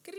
cri.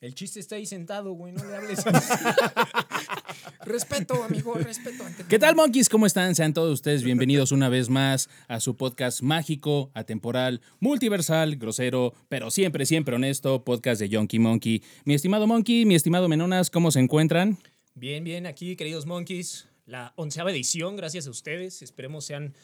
El chiste está ahí sentado, güey. No le hables. Respeto, amigo, respeto. ante- ¿Qué tal, monkeys? ¿Cómo están? Sean todos ustedes bienvenidos una vez más a su podcast mágico, atemporal, multiversal, grosero, pero siempre, siempre honesto, podcast de Yonky Monkey. Mi estimado Monkey, mi estimado Menonas, ¿cómo se encuentran? Bien, bien, aquí, queridos monkeys, la onceava edición, gracias a ustedes. Esperemos sean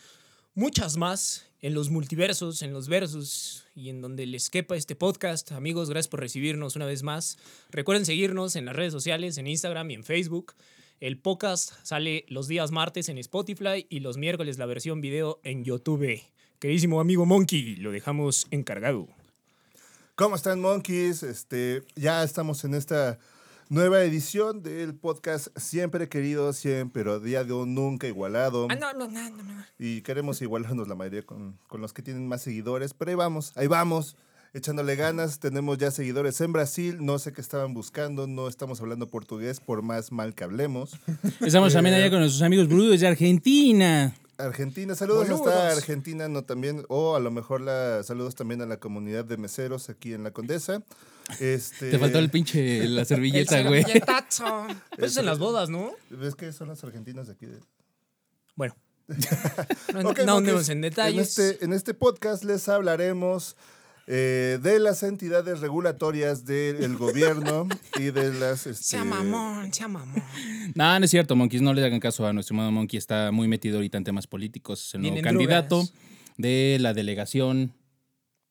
muchas más en los multiversos, en los versos y en donde les quepa este podcast. Amigos, gracias por recibirnos una vez más. Recuerden seguirnos en las redes sociales, en Instagram y en Facebook. El podcast sale los días martes en Spotify y los miércoles la versión video en YouTube. Queridísimo amigo Monkey, lo dejamos encargado. ¿Cómo están, monkeys? Este, ya estamos en esta nueva edición del podcast Siempre Querido, Siempre Odiado, Nunca Igualado. Ah, no, no, no, no, no. Y queremos igualarnos la mayoría con, con los que tienen más seguidores, pero ahí vamos, ahí vamos, echándole ganas. Tenemos ya seguidores en Brasil, no sé qué estaban buscando, no estamos hablando portugués, por más mal que hablemos. Estamos también allá con nuestros amigos brudos de Argentina. Argentina, saludos hasta Boludos. Argentina, no también, o a lo mejor la, saludos también a la comunidad de meseros aquí en la Condesa. Este, Te faltó el pinche, la El servilleta, güey. servilletazo. Pues en las bodas, ¿no? ¿Ves que son los argentinos de aquí? de- Bueno, No, Ok, no monkeys, andemos en detalles. este, en este podcast les hablaremos eh, de las entidades regulatorias del gobierno y de las... este, eh, Sea mamón, sea mamón. No, no es cierto, monkeys, no le hagan caso a nuestro estimado Monkey, está muy metido ahorita en temas políticos, es el Ni nuevo en candidato drogas. de la delegación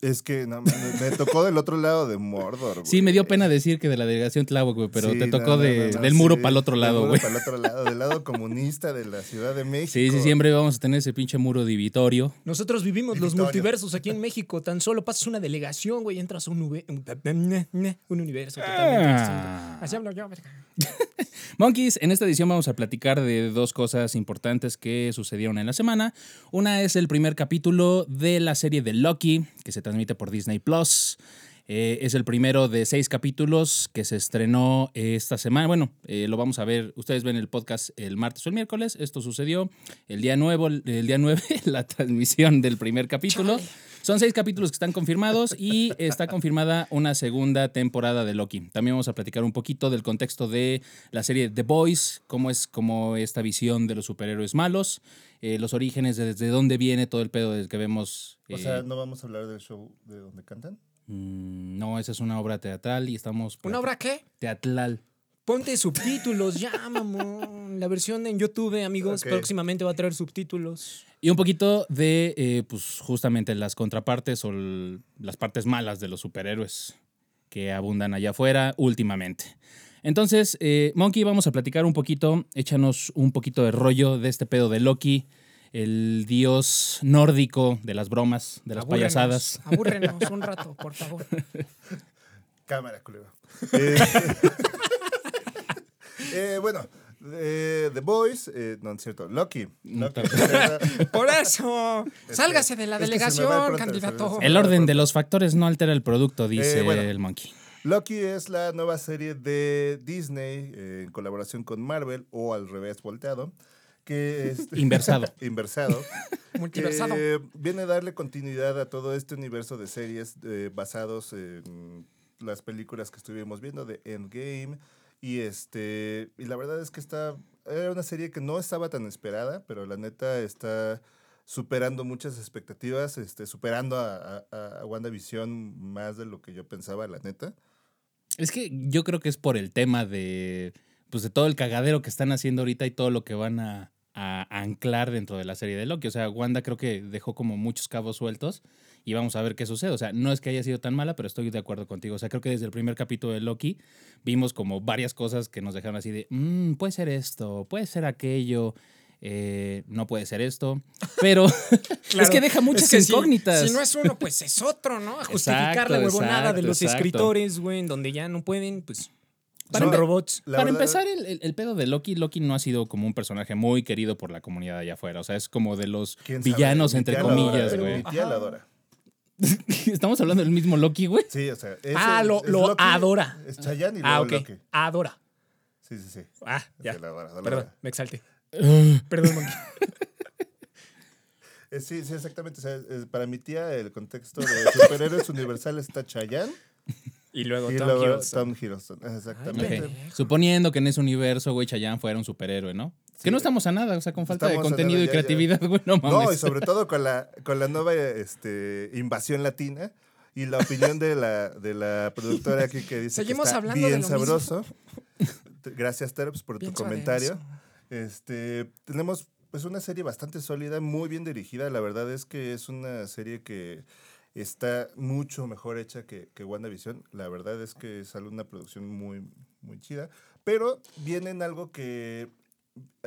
Es que no, me, me tocó del otro lado de Mordor. Sí, me dio güey. pena decir que de la delegación Tláhuac, güey, pero Sí, te no, tocó no, de- no, no, del muro sí, para el otro del lado, muro güey. Para el otro lado, del lado comunista de la Ciudad de México. Sí, sí, siempre vamos a tener ese pinche muro divitorio. Nosotros vivimos los Victoria. multiversos aquí en México. Tan solo pasas una delegación, güey, entras a un, uve- un- un universo totalmente Ah. Ah. distinto. Así hablo yo, verga. Monkeys, en esta edición vamos a platicar de dos cosas importantes que sucedieron en la semana. Una es el primer capítulo de la serie de Loki, que se transmite por Disney Plus. Eh, es el primero de seis capítulos que se estrenó esta semana. Bueno, eh, lo vamos a ver. Ustedes ven el podcast el martes o el miércoles. Esto sucedió el día nuevo, el el día 9, la transmisión del primer capítulo. Son seis capítulos que están confirmados y está confirmada una segunda temporada de Loki. También vamos a platicar un poquito del contexto de la serie The Boys, cómo es como esta visión de los superhéroes malos, eh, los orígenes, de desde dónde viene todo el pedo del que vemos. O eh, sea, no vamos a hablar del show de donde cantan. mm, no, esa es una obra teatral y estamos... ¿Una obra qué? Teatral. Ponte subtítulos, ya, mamón. La versión en YouTube, amigos, Ok. próximamente va a traer subtítulos. Y un poquito de, eh, pues, justamente las contrapartes o el- las partes malas de los superhéroes que abundan allá afuera últimamente. Entonces, eh, Monkey, vamos a platicar un poquito, échanos un poquito de rollo de este pedo de Loki, el dios nórdico de las bromas, de las Abúrrenos, payasadas. Abúrrenos un rato, por favor. Cámara, culero. Eh, eh, bueno, eh, The Boys, eh, no es cierto, Lucky. Lucky. Por eso, sálgase de la es que se me delegación, va pronto, candidato. se me El orden de los factores no altera el producto, dice Eh, bueno. el Monkey. Lucky es la nueva serie de Disney eh, en colaboración con Marvel o al revés volteado. Que este- Inversado. inversado. Multiversado. Eh, que Eh, viene a darle continuidad a todo este universo de series eh, basados en las películas que estuvimos viendo de Endgame. Y este. Y la verdad es que está. Era una serie que no estaba tan esperada, pero la neta está superando muchas expectativas, este, superando a, a, a WandaVision más de lo que yo pensaba, la neta. Es que yo creo que es por el tema de, pues, de todo el cagadero que están haciendo ahorita y todo lo que van a, a anclar dentro de la serie de Loki. O sea, Wanda creo que dejó como muchos cabos sueltos y vamos a ver qué sucede. O sea, no es que haya sido tan mala, pero estoy de acuerdo contigo. O sea, creo que desde el primer capítulo de Loki vimos como varias cosas que nos dejaron así de, "Mm, puede ser esto, puede ser aquello. eh, no puede ser esto. Pero es Claro, que deja muchas es que si- incógnitas. Si, no es uno, pues es otro, ¿no? A justificar Exacto, la huevonada exacto, de los exacto. escritores, güey, en donde ya no pueden, pues. Para son empe- robots. La Para verdad- empezar, el, el- el pedo de Loki, Loki no ha sido como un personaje muy querido por la comunidad allá afuera. O sea, es como de los ¿Quién sabe? villanos, Mi entre tía la adora, comillas, eh, güey. Mi tía la adora. Estamos hablando del mismo Loki, güey. Sí, o sea. es Ah, el- lo- es lo Loki, adora. Es Chayanne y luego Ah, ok. Loki. Adora. Sí, sí, sí. Ah, ya. Sí, la adora, la Perdón, adora. me exalté. Ah. Perdón, Monkey. Eh, sí, sí, exactamente. o sea, es- para mi tía, el contexto de superhéroes universal está Chayanne Y luego y Tom luego Hiddleston. Tom Hiddleston. Ok. Exactamente. Suponiendo que en ese universo, güey, Chayanne fuera un superhéroe, ¿no? que no estamos a nada, o sea, con falta de Estamos a contenido nada, y ya, ya. creatividad, güey, no mames. No, y sobre todo con la, con la nueva este, invasión latina y la opinión de la, de la productora aquí que dice Seguimos que está hablando de bien lo mismo. sabroso. Te- Gracias, Terps, por Bien tu comentario. sabroso. Este, tenemos pues una serie bastante sólida, muy bien dirigida. La verdad es que es una serie que está mucho mejor hecha que, que WandaVision. La verdad es que sale una producción muy, muy chida. Pero viene en algo que,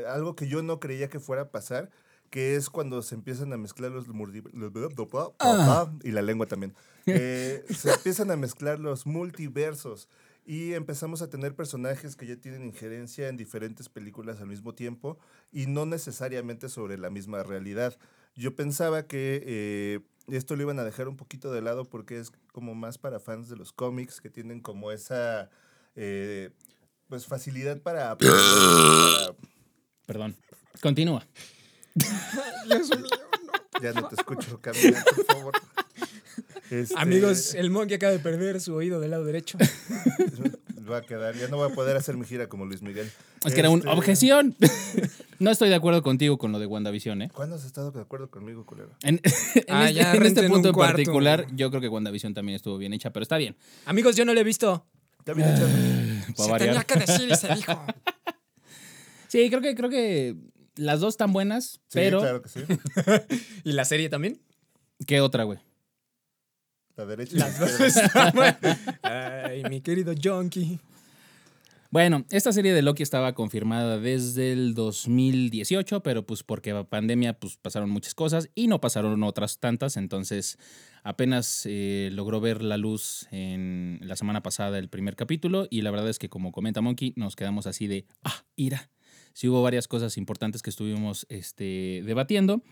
algo que yo no creía que fuera a pasar, que es cuando se empiezan a mezclar los murdi- los- y la lengua también. Eh, se empiezan a mezclar los multiversos y empezamos a tener personajes que ya tienen injerencia en diferentes películas al mismo tiempo y no necesariamente sobre la misma realidad. Yo pensaba que eh, esto lo iban a dejar un poquito de lado porque es como más para fans de los cómics que tienen como esa eh, pues facilidad para aprender, para- Perdón. Continúa. Ya no te escucho, Camila, por favor. Este, Amigos, el Monkey acaba de perder su oído del lado derecho. Este, Va a quedar, ya no voy a poder hacer mi gira como Luis Miguel. Es que era un Este, objeción. no estoy de acuerdo contigo con lo de WandaVision, ¿eh? ¿Cuándo has estado de acuerdo conmigo, culero? En, en Ah, este, ya en este renten un punto en cuarto. particular, yo creo que WandaVision también estuvo bien hecha, pero está bien. Amigos, yo no lo he visto. Ya bien hecho. para Se variar. tenía que decir y se dijo. Sí, creo que, creo que las dos están buenas, pero Sí, claro que sí. ¿Y la serie también? ¿qué otra, güey? La derecha. y la Las dos izquierda. están mal. Ay, mi querido Junkie. Bueno, esta serie de Loki estaba confirmada desde el 2018, pero pues porque la pandemia pues pasaron muchas cosas y no pasaron otras tantas, entonces apenas eh, logró ver la luz en la semana pasada el primer capítulo y la verdad es que como comenta Monkey nos quedamos así de ah, ira. Sí hubo varias cosas importantes que estuvimos este, debatiendo.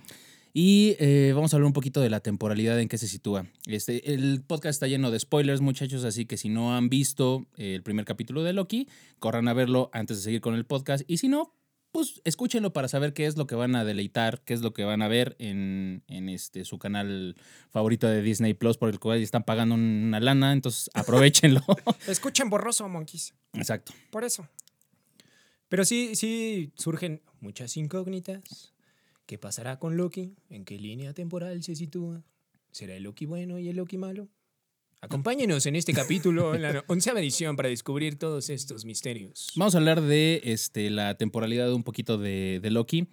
Y eh, vamos a hablar un poquito de la temporalidad en que se sitúa. Este, el podcast está lleno de spoilers, muchachos, así que si no han visto eh, el primer capítulo de Loki, corran a verlo antes de seguir con el podcast. Y si no, pues escúchenlo para saber qué es lo que van a deleitar, qué es lo que van a ver en, en este, su canal favorito de Disney Plus, por el cual están pagando una lana, entonces aprovechenlo. Escuchen borroso, Monkeys. Exacto. Por eso. Pero sí, sí surgen muchas incógnitas. ¿Qué pasará con Loki? ¿En qué línea temporal se sitúa? ¿Será el Loki bueno y el Loki malo? Acompáñenos en este capítulo, en la onceava edición, para descubrir todos estos misterios. Vamos a hablar de este, la temporalidad un poquito de, de Loki.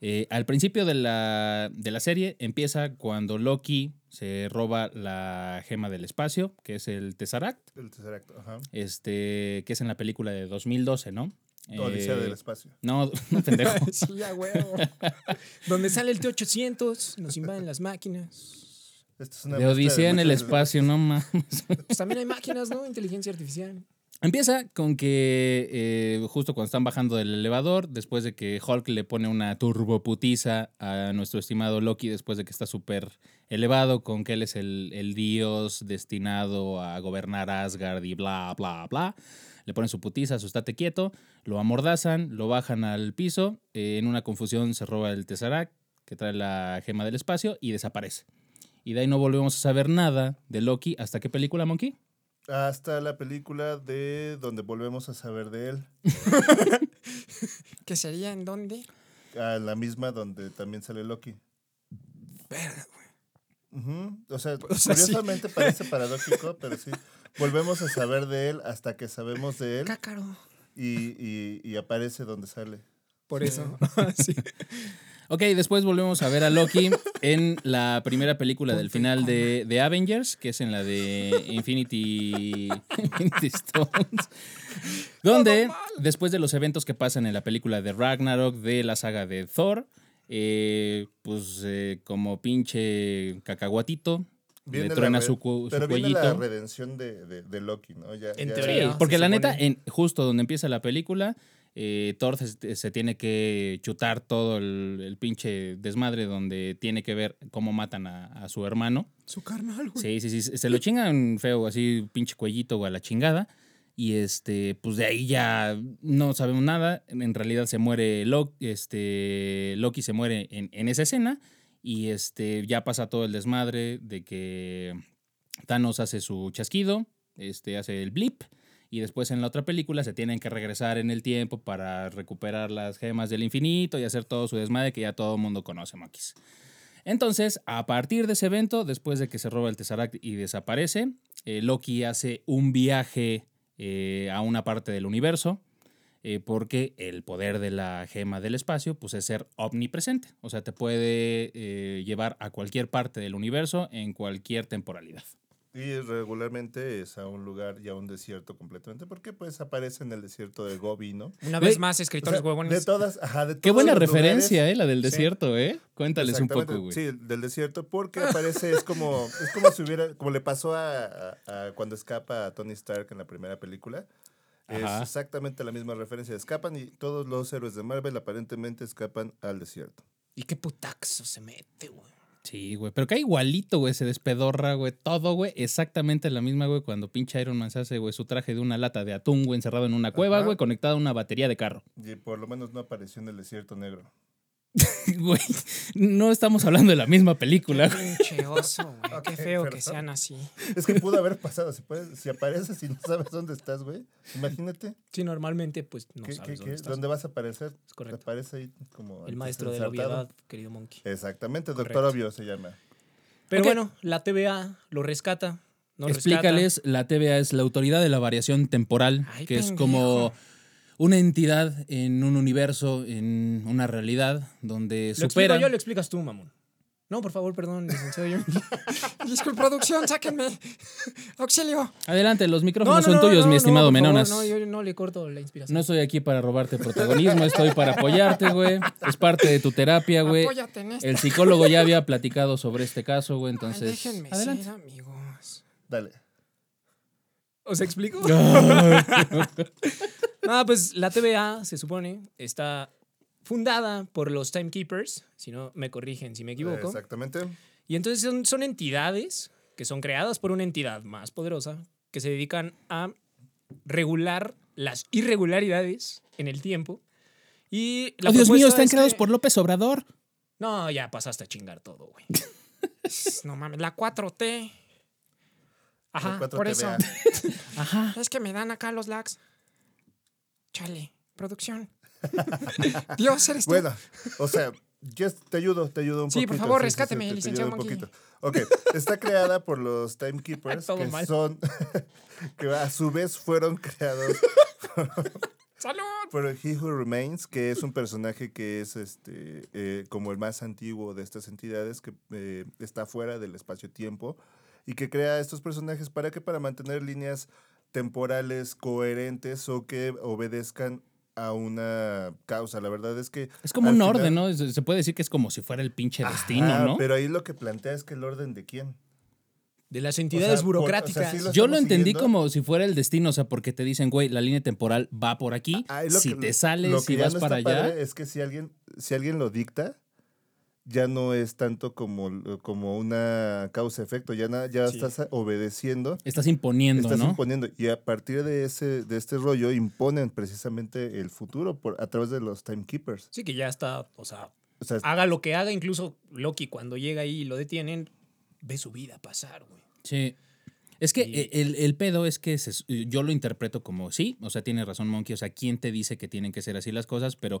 Eh, al principio de la, de la serie empieza cuando Loki se roba la gema del espacio, que es el Tesseract, El tercer acto, ajá. este, que es en la película de 2012, ¿no? Odisea Eh, del espacio. No, no, pendejo. Sí, a huevo. Donde sale el T-800, nos invaden las máquinas. Esta es una De mezcla Odisea en el muchas- espacio, no mames. Pues también hay máquinas, ¿no? Inteligencia artificial. Empieza con que eh, justo cuando están bajando del elevador, después de que Hulk le pone una turboputiza a nuestro estimado Loki, después de que está súper elevado, con que él es el, el dios destinado a gobernar Asgard y bla, bla, bla. Le ponen su putiza, su estate quieto, lo amordazan, lo bajan al piso, eh, en una confusión se roba el Tesseract, que trae la gema del espacio, y desaparece. Y de ahí no volvemos a saber nada de Loki. ¿Hasta qué película, Monkey? Hasta la película de donde volvemos a saber de él. ¿Que sería en dónde? ¿Eh? A la misma donde también sale Loki. Verga, Ujú. O sea, sea, sí. curiosamente parece paradójico, pero sí. Volvemos a saber de él hasta que sabemos de él Cácaro. y, y- y aparece donde sale. Por eso. Sí. Ok, después volvemos a ver a Loki en la primera película del final de, de Avengers, que es en la de Infinity, Infinity Stones, donde después de los eventos que pasan en la película de Ragnarok, de la saga de Thor, eh, pues eh, como pinche cacahuatito, Viene le la truena re- su, cu- su Pero viene cuellito. la redención de, de, de Loki, ¿no? Ya, En ya- teoría. Sí, porque se la supone. neta, en, justo donde empieza la película, eh, Thor se, se tiene que chutar todo el, el pinche desmadre donde tiene que ver cómo matan a, a su hermano. Su carnal, güey. Sí, sí, sí, se lo chingan feo, así pinche cuellito o a la chingada. Y este, pues de ahí ya no sabemos nada. En realidad se muere Loki, este, Loki se muere en, en esa escena. Y este, ya pasa todo el desmadre de que Thanos hace su chasquido, este, hace el blip. Y después en la otra película se tienen que regresar en el tiempo para recuperar las gemas del infinito y hacer todo su desmadre que ya todo el mundo conoce, Maquis. Entonces, a partir de ese evento, después de que se roba el Tesseract y desaparece, eh, Loki hace un viaje eh, a una parte del universo, eh, porque el poder de la gema del espacio pues, es ser omnipresente. O sea, te puede eh, llevar a cualquier parte del universo en cualquier temporalidad. Y regularmente es a un lugar y a un desierto completamente. Porque pues aparece en el desierto de Gobi, ¿no? Una Güey, vez O más, sea, escritores de huevones. todas, ajá, de Qué todos buena los referencia, lugares. ¿eh? La del Sí. desierto, ¿eh? Cuéntales un poco, Exactamente, güey. Sí, del desierto, porque aparece, es como, es como si hubiera, como le pasó a, a- a cuando escapa a Tony Stark en la primera película. Es Ajá. exactamente la misma referencia. Escapan y todos los héroes de Marvel aparentemente escapan al desierto. Y qué putaxo se mete, güey. Sí, güey. Pero cae igualito, güey. Se despedorra, güey. Todo, güey. Exactamente la misma, güey. Cuando pinche Iron Man se hace, güey, su traje de una lata de atún, güey, encerrado en una cueva, Ajá. güey, conectado a una batería de carro. Y por lo menos no apareció en el desierto negro. Güey, no estamos hablando de la misma película, güey. Pinche oso, güey. Ok, Qué feo que perdón. sean así. Es que pudo haber pasado. Si, puedes- si apareces y no sabes dónde estás, güey, imagínate Sí, normalmente, pues no qué- sabes qué- dónde qué- estás. dónnde vas a aparecer. Es correcto. Te aparece ahí como. El maestro de la ensartado. obviedad, querido Monkey. Eh, Exactamente, doctor Correcto. obvio se llama. Pero Ok. bueno, la TVA lo rescata. No Explícales, la TVA es la autoridad de la variación temporal, Ay, que es pendejo. como una entidad en un universo, en una realidad, donde Lo explico supera. yo, lo explicas tú, mamón. No, por favor, perdón, licenciado. Yo... Disculpe, producción, sáquenme. Auxilio. Adelante, los micrófonos son tuyos, mi estimado por favor, Menonas. no, yo no le corto la inspiración. No estoy aquí para robarte protagonismo, estoy para apoyarte, güey. Es parte de tu terapia, güey. Apóyate en esto. El psicólogo ya había platicado sobre este caso, güey, Ay, entonces. déjenme adelante. ser, amigos. Dale. ¿Os explico? no, pues la TVA, se supone, está fundada por los Timekeepers, si no me corrigen si me equivoco. Exactamente. Y entonces son, son entidades que son creadas por una entidad más poderosa que se dedican a regular las irregularidades en el tiempo. Y la Oh, Dios mío, propuesta están es creados que- por López Obrador. No, ya pasaste a chingar todo, güey. No mames, la 4T. Ajá. Cuatro por TVA. eso. Ajá. Es que me dan acá los lags. Chale, producción. Dios, eres tú. Bueno, o sea, yo te ayudo, te ayudo un Sí, poquito. por favor, rescátame, te- te licenciado ayudo un Monkey. poquito. Ok, está creada por los Timekeepers, Todo que mal. son, que a su vez fueron creados ¡Salud! por el He Who Remains, que es un personaje que es este eh, como el más antiguo de estas entidades, que eh, está fuera del espacio-tiempo y que crea estos personajes para que para mantener líneas temporales coherentes o que obedezcan a una causa. La verdad es que Es como al un final- orden, ¿no? Es- Se puede decir que es como si fuera el pinche destino, Ajá, ¿no? Pero ahí lo que plantea es que el orden de quién. De las entidades por- o sea, sí burocráticas. lo- Yo lo estamos entendí siguiendo. como si fuera el destino, o sea, porque te dicen, güey, la línea temporal va por aquí. Ahí lo si que- te lo sales que y ya vas no está para allá. padre Es que si alguien, si alguien lo dicta, ya no es tanto como, como una causa-efecto, ya, na- ya estás obedeciendo. Estás imponiendo, Estás ¿no? imponiendo. Y a partir de ese, de este rollo, imponen precisamente el futuro por, a través de los timekeepers. Sí, que ya está, o sea, O sea, Ah. haga lo que haga, incluso Loki cuando llega ahí y lo detienen, ve su vida pasar, güey. Sí. Es que Y- eh, el, el pedo es que se- yo lo interpreto como sí, o sea, tiene razón Monkey, o sea, ¿quién te dice que tienen que ser así las cosas? Pero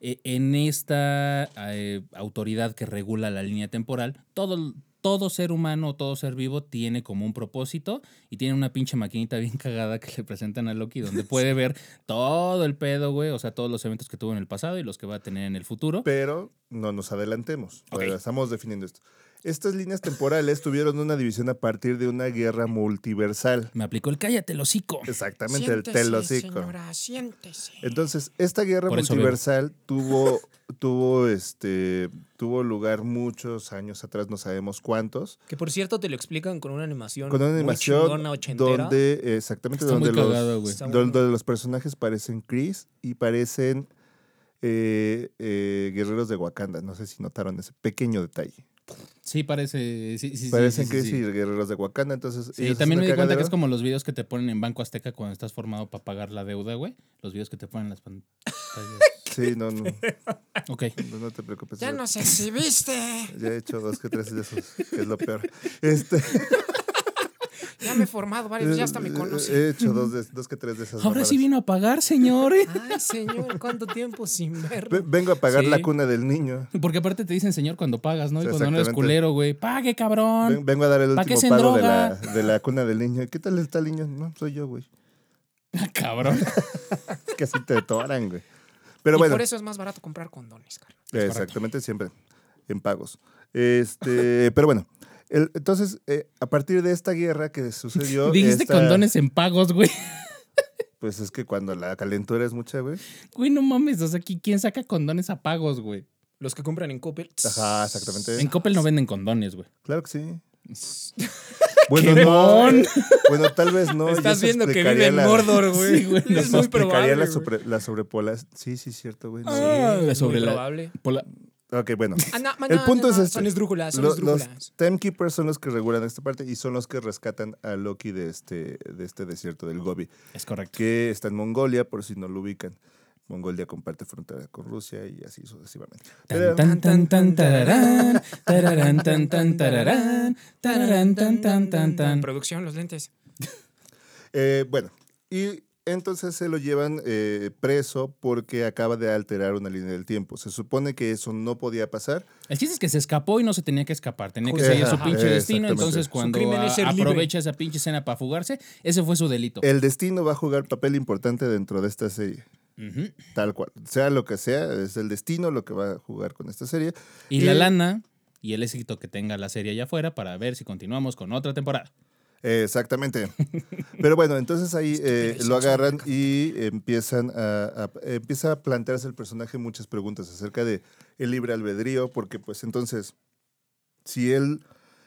eh, en esta eh, autoridad que regula la línea temporal, todo, todo ser humano, todo ser vivo tiene como un propósito y tiene una pinche maquinita bien cagada que le presentan a Loki donde puede ver todo el pedo, güey, o sea, todos los eventos que tuvo en el pasado y los que va a tener en el futuro. Pero no nos adelantemos. Ahora Estamos definiendo esto. Estas líneas temporales tuvieron una división a partir de una guerra multiversal. Me aplicó el cállate, el hocico. Exactamente, Siéntese, el telocico. señora, siéntese. Entonces, esta guerra Por eso veo. multiversal tuvo, tuvo, este, tuvo lugar muchos años atrás, no sabemos cuántos, Que por cierto te lo explican con una animación. con una muy animación chingona, ochentera. donde eh, exactamente Está muy donde los, cagado, güey. Está muy donde los personajes parecen Chris y parecen eh, eh, guerreros de Wakanda. No sé si notaron ese pequeño detalle. Sí, parece. Sí, sí, sí, sí, parecen sí, Chris sí. y guerreros de Wakanda. Entonces, Sí, ellos también me hacen di el cuenta que es cagadero. como los videos que te ponen en Banco Azteca cuando estás formado para pagar la deuda, güey. Los videos que te ponen en las pantallas. Sí, no, no, ok. no, no te preocupes. Ya yo- nos exhibiste. Ya he hecho dos que tres de esos, que es lo peor. Este, Ya me he formado varios, Ah, ya hasta me conoce. Eh, He hecho dos, de- dos que tres de esas. Ahora sí mamadas. vino a pagar, eh. señores. Ay, señor, ¿cuánto tiempo sin Ve- verlo? Vengo a pagar la Sí. cuna del niño. Porque aparte te dicen señor cuando pagas, ¿no? Y Sí, cuando no eres exactamente. culero, güey. Pague, Ven- cabrón. Vengo a dar el ¿Pa' qué último se paro de la, endroga? de la cuna del niño. ¿Qué tal está el niño? No, soy yo, güey. Ah, cabrón. Es que así te atoran, güey. Pero y bueno, por eso es más barato comprar condones, Carlos. exactamente siempre en pagos. Este, pero bueno, el- entonces, eh, a partir de esta guerra que sucedió. Dijiste esta- condones en pagos, güey. Pues es que cuando la calentura es mucha, güey. Güey, no mames. O sea, ¿qui- ¿quién saca condones a pagos, güey? Los que compran en Coppel. Ajá, exactamente. En Coppel no venden condones, güey. Claro que sí. ¡Qué Bueno, no. eh, bon! Bueno, tal vez no. Estás ya eso viendo que explicaría vive en la- Mordor, güey. Sí, güey, no es eso muy explicaría probable. la, güey. sobre, la sobrepolas- Sí, sí, cierto, güey. no. Ah, Sí, es sobre muy la- probable. Pola- Ok, bueno. Ah, no, ma, El no, punto no, es no, este. Son esdrújulas, son Lo- los esdrújulas. Timekeepers son los que regulan esta parte y son los que rescatan a Loki de este, de este desierto del Gobi, Es correcto. que está en Mongolia, por si no lo ubican. Mongolia comparte frontera con Rusia y así sucesivamente. Pero- Tan, tan, tan, tan, tararán, tararán, tan, tan, tararán, tararán, tan, tan, tan, tan. Producción, los lentes. Eh, bueno, y entonces se lo llevan eh, preso porque acaba de alterar una línea del tiempo. Se supone que eso no podía pasar. El chiste es que se escapó y no se tenía que escapar, tenía que Justo. seguir su Ajá. pinche destino, Exactamente. entonces Su cuando crimen a- es ser libre. aprovecha esa pinche escena para fugarse, ese fue su delito. El destino va a jugar papel importante dentro de esta serie. Ujú. Tal cual. Sea lo que sea, es el destino lo que va a jugar con esta serie. Y la lana y el éxito que tenga la serie allá afuera para ver si continuamos con otra temporada. Eh, exactamente. Pero bueno, entonces ahí eh, lo agarran y empiezan a, a- empieza a plantearse el personaje muchas preguntas acerca de el libre albedrío, porque pues entonces, si él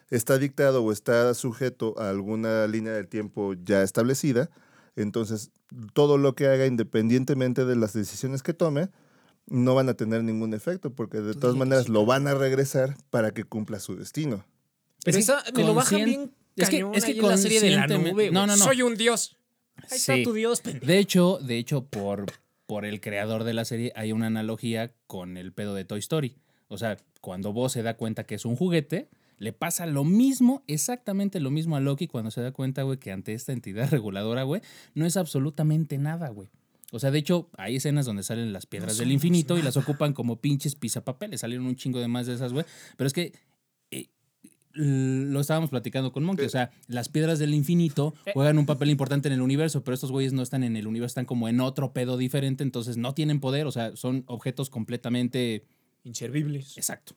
está dictado o está sujeto a alguna línea del tiempo ya establecida, entonces todo lo que haga, independientemente de las decisiones que tome, no van a tener ningún efecto, porque de todas maneras lo van a regresar para que cumpla su destino. Pero esa- me lo bajan conscien- bien es que- cañón es que ahí en la serie de la conscientemente- nube. güey. No, no, no. Soy un dios. Ahí Sí. está tu dios, pendejo. De hecho, de hecho por por el creador de la serie hay una analogía con el pedo de Toy Story. O sea, cuando vos se da cuenta que es un juguete, le pasa lo mismo, exactamente lo mismo a Loki cuando se da cuenta, güey, que ante esta entidad reguladora, güey, no es absolutamente nada, güey. O sea, de hecho, hay escenas donde salen las piedras del infinito y las ocupan como pinches pisapapeles. Salieron un chingo de más de esas, güey. Pero es que eh, lo estábamos platicando con Monkey. O sea, las piedras del infinito juegan un papel importante en el universo, pero estos güeyes no están en el universo, están como en otro pedo diferente. Entonces no tienen poder. O sea, son objetos completamente. Inservibles. Exacto.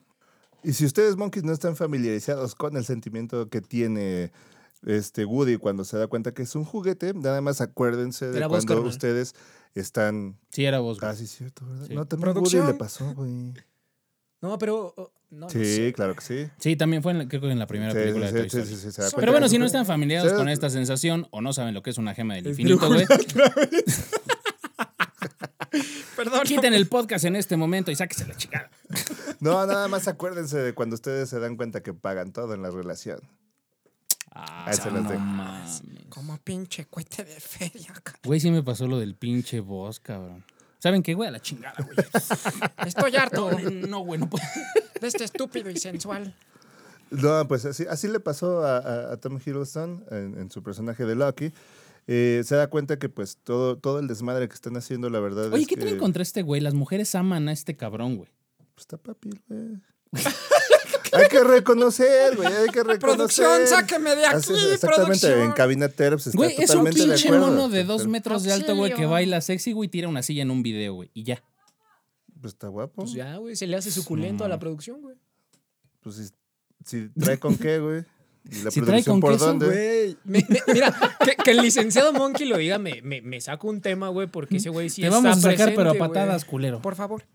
Y si ustedes, monkeys, no están familiarizados con el sentimiento que tiene este Woody cuando se da cuenta que es un juguete, nada más acuérdense de Era vos, cuando carnal. ustedes están Sí, era vos, güey. casi cierto, ¿verdad? Sí. No, también Producción. Woody le pasó, güey. No, pero. oh, No, no sí, sé. claro que sí. Ah, Sí, también fue en la- creo que en la primera Sí, película sí, de Toy sí, Story. sí, sí, se da Pero cuenta Pero bueno, que si no es un están familiarizados Sí. con esta sensación o no saben lo que es una gema del El infinito, güey, Perdón. quiten el podcast en este momento y sáquese la chingada. juguete. No, nada más acuérdense de cuando ustedes se dan cuenta que pagan todo en la relación. Ah, Ahí se las no dejo. mames. Como pinche cohete de feria, cara. Güey, sí me pasó lo del pinche voz, cabrón. ¿Saben qué, güey? A la chingada, güey. Estoy harto de No, güey, no puedo. este estúpido y sensual. No, pues así, así le pasó a, a- a Tom Hiddleston en, en su personaje de Loki. Eh, se da cuenta que pues todo, todo el desmadre que están haciendo, la verdad Oye, es ¿qué que... te encontré este güey? Las mujeres aman a este cabrón, güey. Pues está papi, güey. Hay que reconocer, güey, hay que reconocer. Producción, sáqueme de aquí, Así es, Exactamente, producción. en cabina Terps está Güey, es un totalmente de pinche acuerdo. mono de dos metros de alto, güey, que Auxilio. baila sexy, güey, tira una silla en un video, güey, y ya. Pues está guapo. Pues ya, güey, se le hace suculento a la producción, güey. Pues si, si trae con qué, güey. ¿Y la Si trae producción con por queso, dónde? güey. Me- me- mira, que, que el licenciado Monkey lo diga, me, me, me saco un tema, güey, porque ese güey sí Te está vamos a sacar, presente, pero a güey. patadas, culero. Por favor.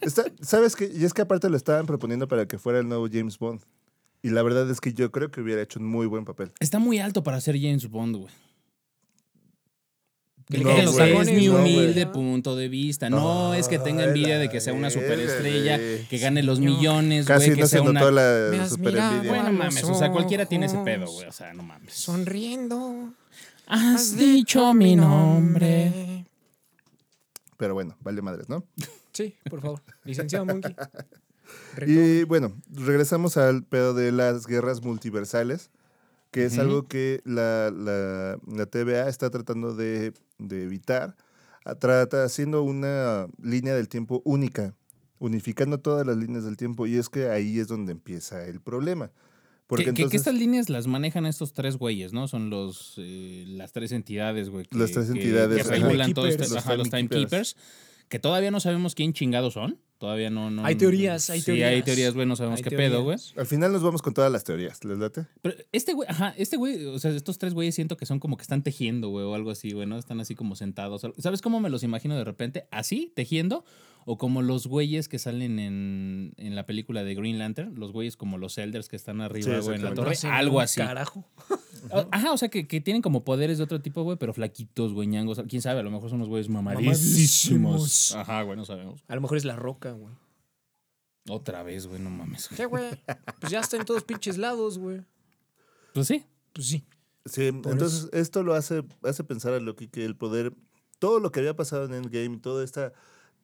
Está- ¿Sabes qué? Y es que aparte lo estaban proponiendo para que fuera el nuevo James Bond. Y la verdad es que yo creo que hubiera hecho un muy buen papel. Está muy alto para ser James Bond, güey. Que le No, quiten los güey, tacones, es mi no, güey. humilde punto de vista. No, es que tenga Ay, envidia la de que sea una verga, superestrella, güey. que gane los millones, Casi güey, que no se sea una... Me notó la has super mirado, envidia. güey. Bueno, a mames, los o sea, cualquiera tiene ese ojos. pedo, güey, o sea, no mames. Sonriendo. Has dicho mi nombre. Pero bueno, vale madres, ¿no? Sí, por favor. Licenciado Monkey. Y bueno, regresamos al pedo de las guerras multiversales, que es algo que la, la- la TVA está tratando de, de evitar, a- trata haciendo una línea del tiempo única, unificando todas las líneas del tiempo, y es que ahí es donde empieza el problema. Porque que, que- que entonces estas líneas las manejan estos tres güeyes, ¿no? Son los eh, las tres entidades, güey. que- Las tres que- entidades, que ajá. regulan todos Timekeepers. estos- Los ajá, los timekeepers. timekeepers. Que todavía no sabemos quién chingados son. Todavía no. no Hay teorías, hay sí, teorías. hay teorías, güey. No sabemos Hay qué teorías. pedo, güey. al final nos vamos con todas las teorías, ¿les late? Pero este güey, ajá, este güey, o sea, estos tres güeyes siento que son como que están tejiendo, güey, o algo así, güey, ¿no? Están así como sentados. ¿Sabes cómo me los imagino de repente? ¿Así, tejiendo? O como los güeyes que salen en, en la película de Green Lantern, los güeyes como los Elders que están arriba, güey, en la exactamente. torre. No sé, Algo así. Carajo. O- Ajá, o sea, que, que tienen como poderes de otro tipo, güey, pero flaquitos, güey, ñangos. Quién sabe, a lo mejor son unos güeyes mamadísimos. Mamadísimos. Ajá, güey, no sabemos. A lo mejor es la roca, güey. Otra vez, güey, no mames. güey. ¿Qué, güey? Pues ya está en todos pinches lados, güey. Pues sí. Pues sí. Sí, entonces esto lo hace, hace pensar a Loki que el poder, todo lo que había pasado en Endgame, toda esta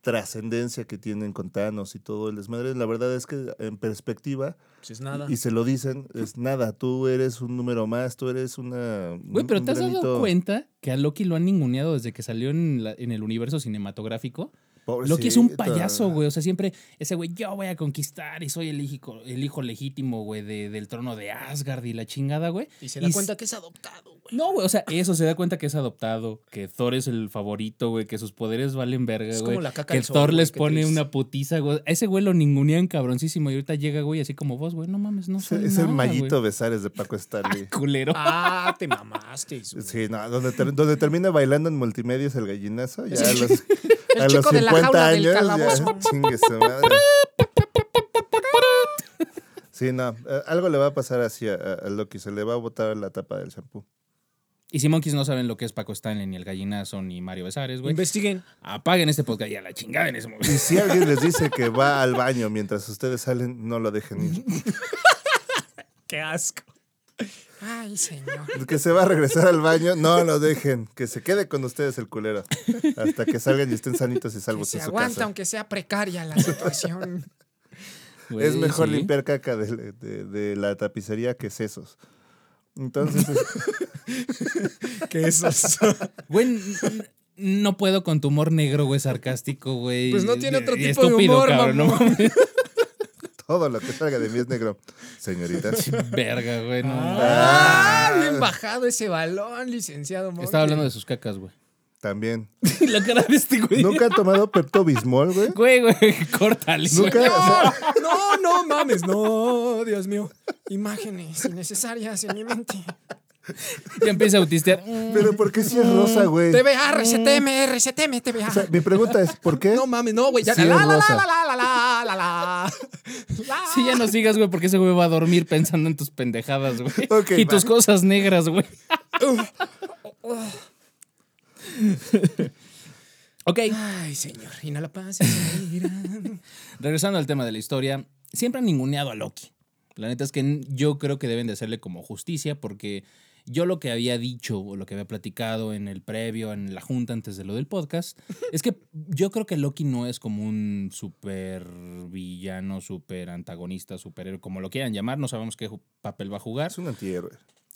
trascendencia que tienen con Thanos y todo el desmadre, la verdad es que en perspectiva, Pues es nada. y se lo dicen, es nada, tú eres un número más, tú eres una... Güey, un- pero un ¿te has granito. dado cuenta que a Loki lo han ninguneado desde que salió en, la- en el universo cinematográfico? Loki es un Pobrecito. payaso, güey. O sea, siempre ese güey, yo voy a conquistar y soy el hijo, el hijo legítimo, güey, de- del trono de Asgard y la chingada, güey. Y se da Y cuenta que es adoptado, güey. No, güey, o sea, eso se da cuenta que es adoptado, que Thor es el favorito, güey, que sus poderes valen verga, güey. Es como la caca Que al sol, Thor güey, les qué pone triste. una putiza, güey. A ese güey lo ningunean cabroncísimo y ahorita llega, güey, así como vos, güey, no mames, no Es, soy es nada, el mallito güey. Ah, Besares de Paco Stanley. culero. Ah, te mamaste. güey. Sí, no, donde, ter- donde termina bailando en multimedia es el gallinazo, ya a los, a chico los de la 50 jaula del años. Ya, calabozo. chingue su madre. Sí, no, eh, algo le va a pasar así a, a- a Loki, se le va a botar la tapa del shampoo. Y si monkeys no saben lo que es Paco Stanley, ni el gallinazo, ni Mario Besares, güey, Investiguen. apaguen este podcast y a la chingada en ese momento. Y si alguien les dice que va al baño mientras ustedes salen, no lo dejen ir. Qué asco. Ay, señor. Que se va a regresar al baño, no lo dejen. Que se quede con ustedes el culero. Hasta que salgan y estén sanitos y Que salvos se en su aguanta, casa. aunque sea precaria la situación. Güey, Es mejor sí. limpiar caca de, de- de la tapicería que sesos. Entonces, ¿Qué es eso? Güey, n- n- no puedo con tu humor negro, güey, sarcástico, güey. Pues no tiene otro Y tipo de humor, no mamón. mames. todo lo que salga de mí es negro, señoritas. Verga, güey, no mames. Ah, bien bajado ese balón, licenciado Monkey. Estaba hablando de sus cacas, güey. También. La cara de este güey. ¿Nunca han tomado Pepto Bismol, güey? Güey, güey, córtale. güey. Nunca. No, no mames, no, Dios mío. Imágenes innecesarias en mi mente. Ya empieza a autistear. Pero ¿por qué si Mm, es rosa, güey? TVA, RCTM, RCTM, TVA. O sea, mi pregunta es, ¿por qué? No mames, no, güey. ya- Sí, es la, la, la, rosa. la, la, la, la, la, la. Sí, ya no sigas, güey, porque ese güey va a dormir pensando en tus pendejadas, güey. Ok, y tus va. cosas negras, güey. ok, Ay, señor, inhala paz, inhala. regresando al tema de la historia, siempre han ninguneado a Loki. La neta es que n- yo creo que deben de hacerle como justicia porque yo lo que había dicho o lo que había platicado en el previo, en la junta antes de lo del podcast, es que yo creo que Loki no es como un super villano, super antagonista, superhéroe, como lo quieran llamar, no sabemos qué ju- papel va a jugar. Es un antihéroe.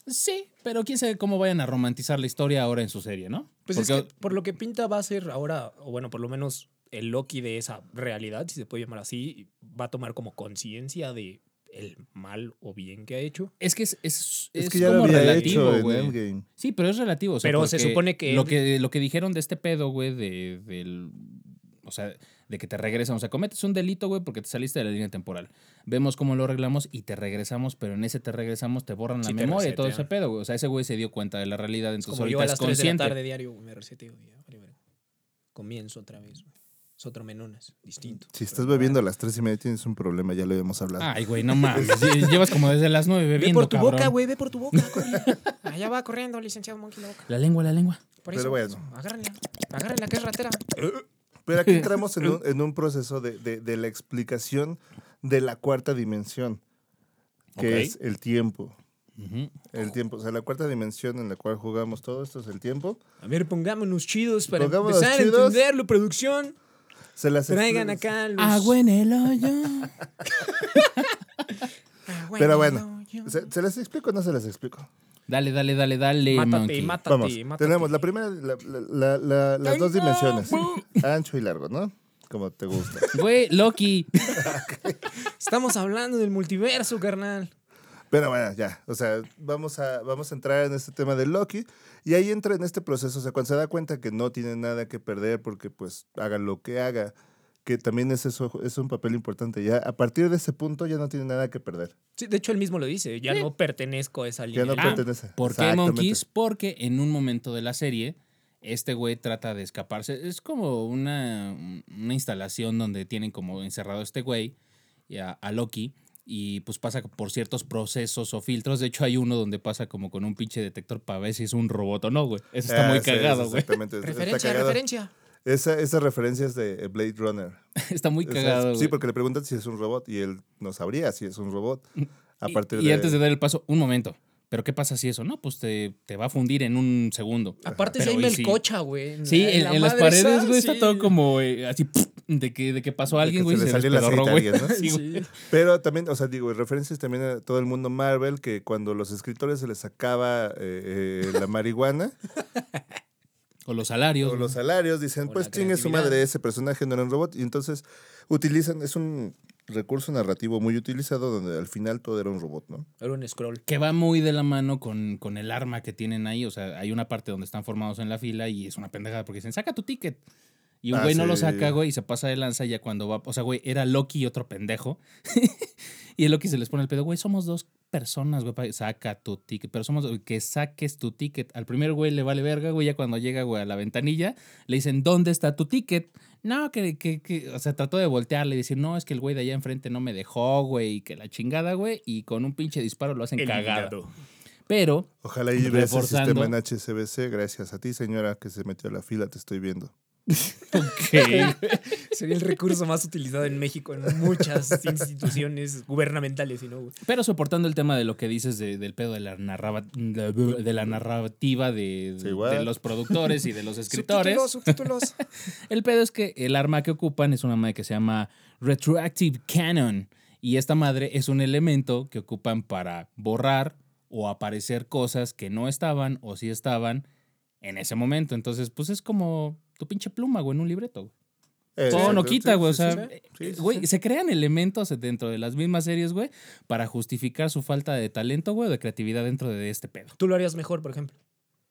Sí, pero quién sabe cómo vayan a romantizar la historia ahora en su serie, ¿no? Pues Porque- es que por lo que pinta va a ser ahora, o bueno, por lo menos el Loki de esa realidad, si se puede llamar así, va a tomar como conciencia de el mal o bien que ha hecho. Es que es, es, Es es que ya lo como había relativo, hecho en güey. Endgame. Sí, pero es relativo. o sea, Pero se porque supone que Lo él- que, lo que dijeron de este pedo, güey, de, del. O sea, de que te regresan. O sea, cometes un delito, güey, porque te saliste de la línea temporal. Vemos cómo lo arreglamos y te regresamos, pero en ese te regresamos te borran Sí, la te memoria y todo ese resetean. pedo, güey. O sea, ese güey se dio cuenta de la realidad, Es entonces como yo Pues ahorita a es las 3 de la consciente. tarde diario güey, me reseteo. y ya, vale, verga. Comienzo otra vez. güey. Es otro menonas, distinto. Si Pero estás igual. bebiendo a las tres y media tienes un problema, ya lo habíamos hablado. Ay, güey, no mames. Llevas como desde las nueve Ve bebiendo. por tu cabrón. boca, güey, ve por tu boca. corre. Allá va corriendo, licenciado Monkey la boca. La lengua, la lengua. Por Pero eso, bueno. pues, agárrenla. Agárrenla, que es ratera. Pero aquí entramos en un, en un proceso de, de- de la explicación de la cuarta dimensión, que Ok. es el tiempo. Ujú. El tiempo, o sea, la cuarta dimensión en la cual jugamos todo esto es el tiempo. A ver, pongámonos chidos para Pongámonos empezar chidos. a entenderlo, producción. Se las Traigan expli- acá los... Agua en el hoyo. Ah, Pero bueno, yo- yo- ¿se, se las explico o no se las explico? Dale, dale, dale, dale. Mátate, monkey. mátate, Vamos, mátate. tenemos la primera, la- la- la- la- las dos dimensiones, ancho y largo, ¿no? Como te gusta. Güey, Loki. Estamos hablando del multiverso, carnal. Pero bueno, ya, o sea, vamos a, vamos a entrar en este tema de Loki y ahí entra en este proceso, o sea, cuando se da cuenta que no tiene nada que perder porque pues haga lo que haga, que también es eso, es un papel importante, ya a partir de ese punto ya no tiene nada que perder, Sí, de hecho, él mismo lo dice. Ya no pertenezco a esa ya no línea. Ah, pertenece. ¿Por qué Exactamente. Monkeys? Porque en un momento de la serie, este güey trata de escaparse. Es como una, una instalación donde tienen como encerrado a este güey, y a, a Loki, y pues pasa por ciertos procesos o filtros. De hecho, hay uno donde pasa como con un pinche detector para ver si es un robot o no, güey. Eso está Ah, muy sí, cagado, güey. Exactamente, está Referencia, cagado. referencia. Esa, esa referencia es de Blade Runner. Está muy O sea, cagado, sí, güey. porque le preguntan si es un robot y él no sabría si es un robot. A Y- partir y, antes de dar el paso, un momento. ¿Pero qué pasa si eso? No, pues te, te va a fundir en un segundo. Aparte, Pero se y ahí el sí. cocha, güey. Sí, en, la en las madre paredes, esa, güey, sí. está todo como eh, así de que, de que pasó alguien, que güey, se, se le se salió la desperró, aceite a güey. alguien, ¿no? Sí, güey. Pero también, o sea, digo, referencias también a todo el mundo Marvel, que cuando los escritores se les acaba eh, eh, la marihuana O los salarios. o güey. los salarios, dicen, O pues la chingue su creatividad. madre, ese personaje no era un robot. Y entonces utilizan, es un recurso narrativo muy utilizado donde al final todo era un robot, ¿no? Era un scroll. Que va muy de la mano con, con el arma que tienen ahí. O sea, hay una parte donde están formados en la fila y es una pendejada porque dicen, saca tu ticket. Y un Ah, güey no lo sí. saca, güey, y se pasa de lanza ya cuando va. O sea, güey, era Loki y otro pendejo. y el Loki se les pone el pedo, güey, somos dos personas, güey, pa- saca tu ticket. Pero somos que saques tu ticket. Al primer güey le vale verga, güey, ya cuando llega, güey, a la ventanilla, le dicen, ¿dónde está tu ticket? No, que, que, que- o sea, trató de voltearle y decir, no, es que el güey de allá enfrente no me dejó, güey, y que la chingada, güey, y con un pinche disparo lo hacen cagada. Pero, Ojalá y veas el Reforzando. sistema en HCBC. Gracias a ti, señora, que se metió a la fila, te estoy viendo. Sería el recurso más utilizado en México en muchas instituciones gubernamentales, y no, güey. pero soportando el tema de lo que dices de- del pedo de la, narraba- de la narrativa de, Sí, what? de los productores y de los escritores. Subtítulos, subtítulos. El pedo es que el arma que ocupan es una madre que se llama Retroactive Cannon. Y esta madre es un elemento que ocupan para borrar o aparecer cosas que no estaban o sí estaban en ese momento. Entonces, pues es como tu pinche pluma, güey, en un libreto. güey. Eh, Todo no sí, quita, sí, güey. O sí, sea, sí, eh, sí, sí, güey, sí. se crean elementos dentro de las mismas series, güey, para justificar su falta de talento, güey, o de creatividad dentro de este pedo. Tú lo harías mejor, por ejemplo.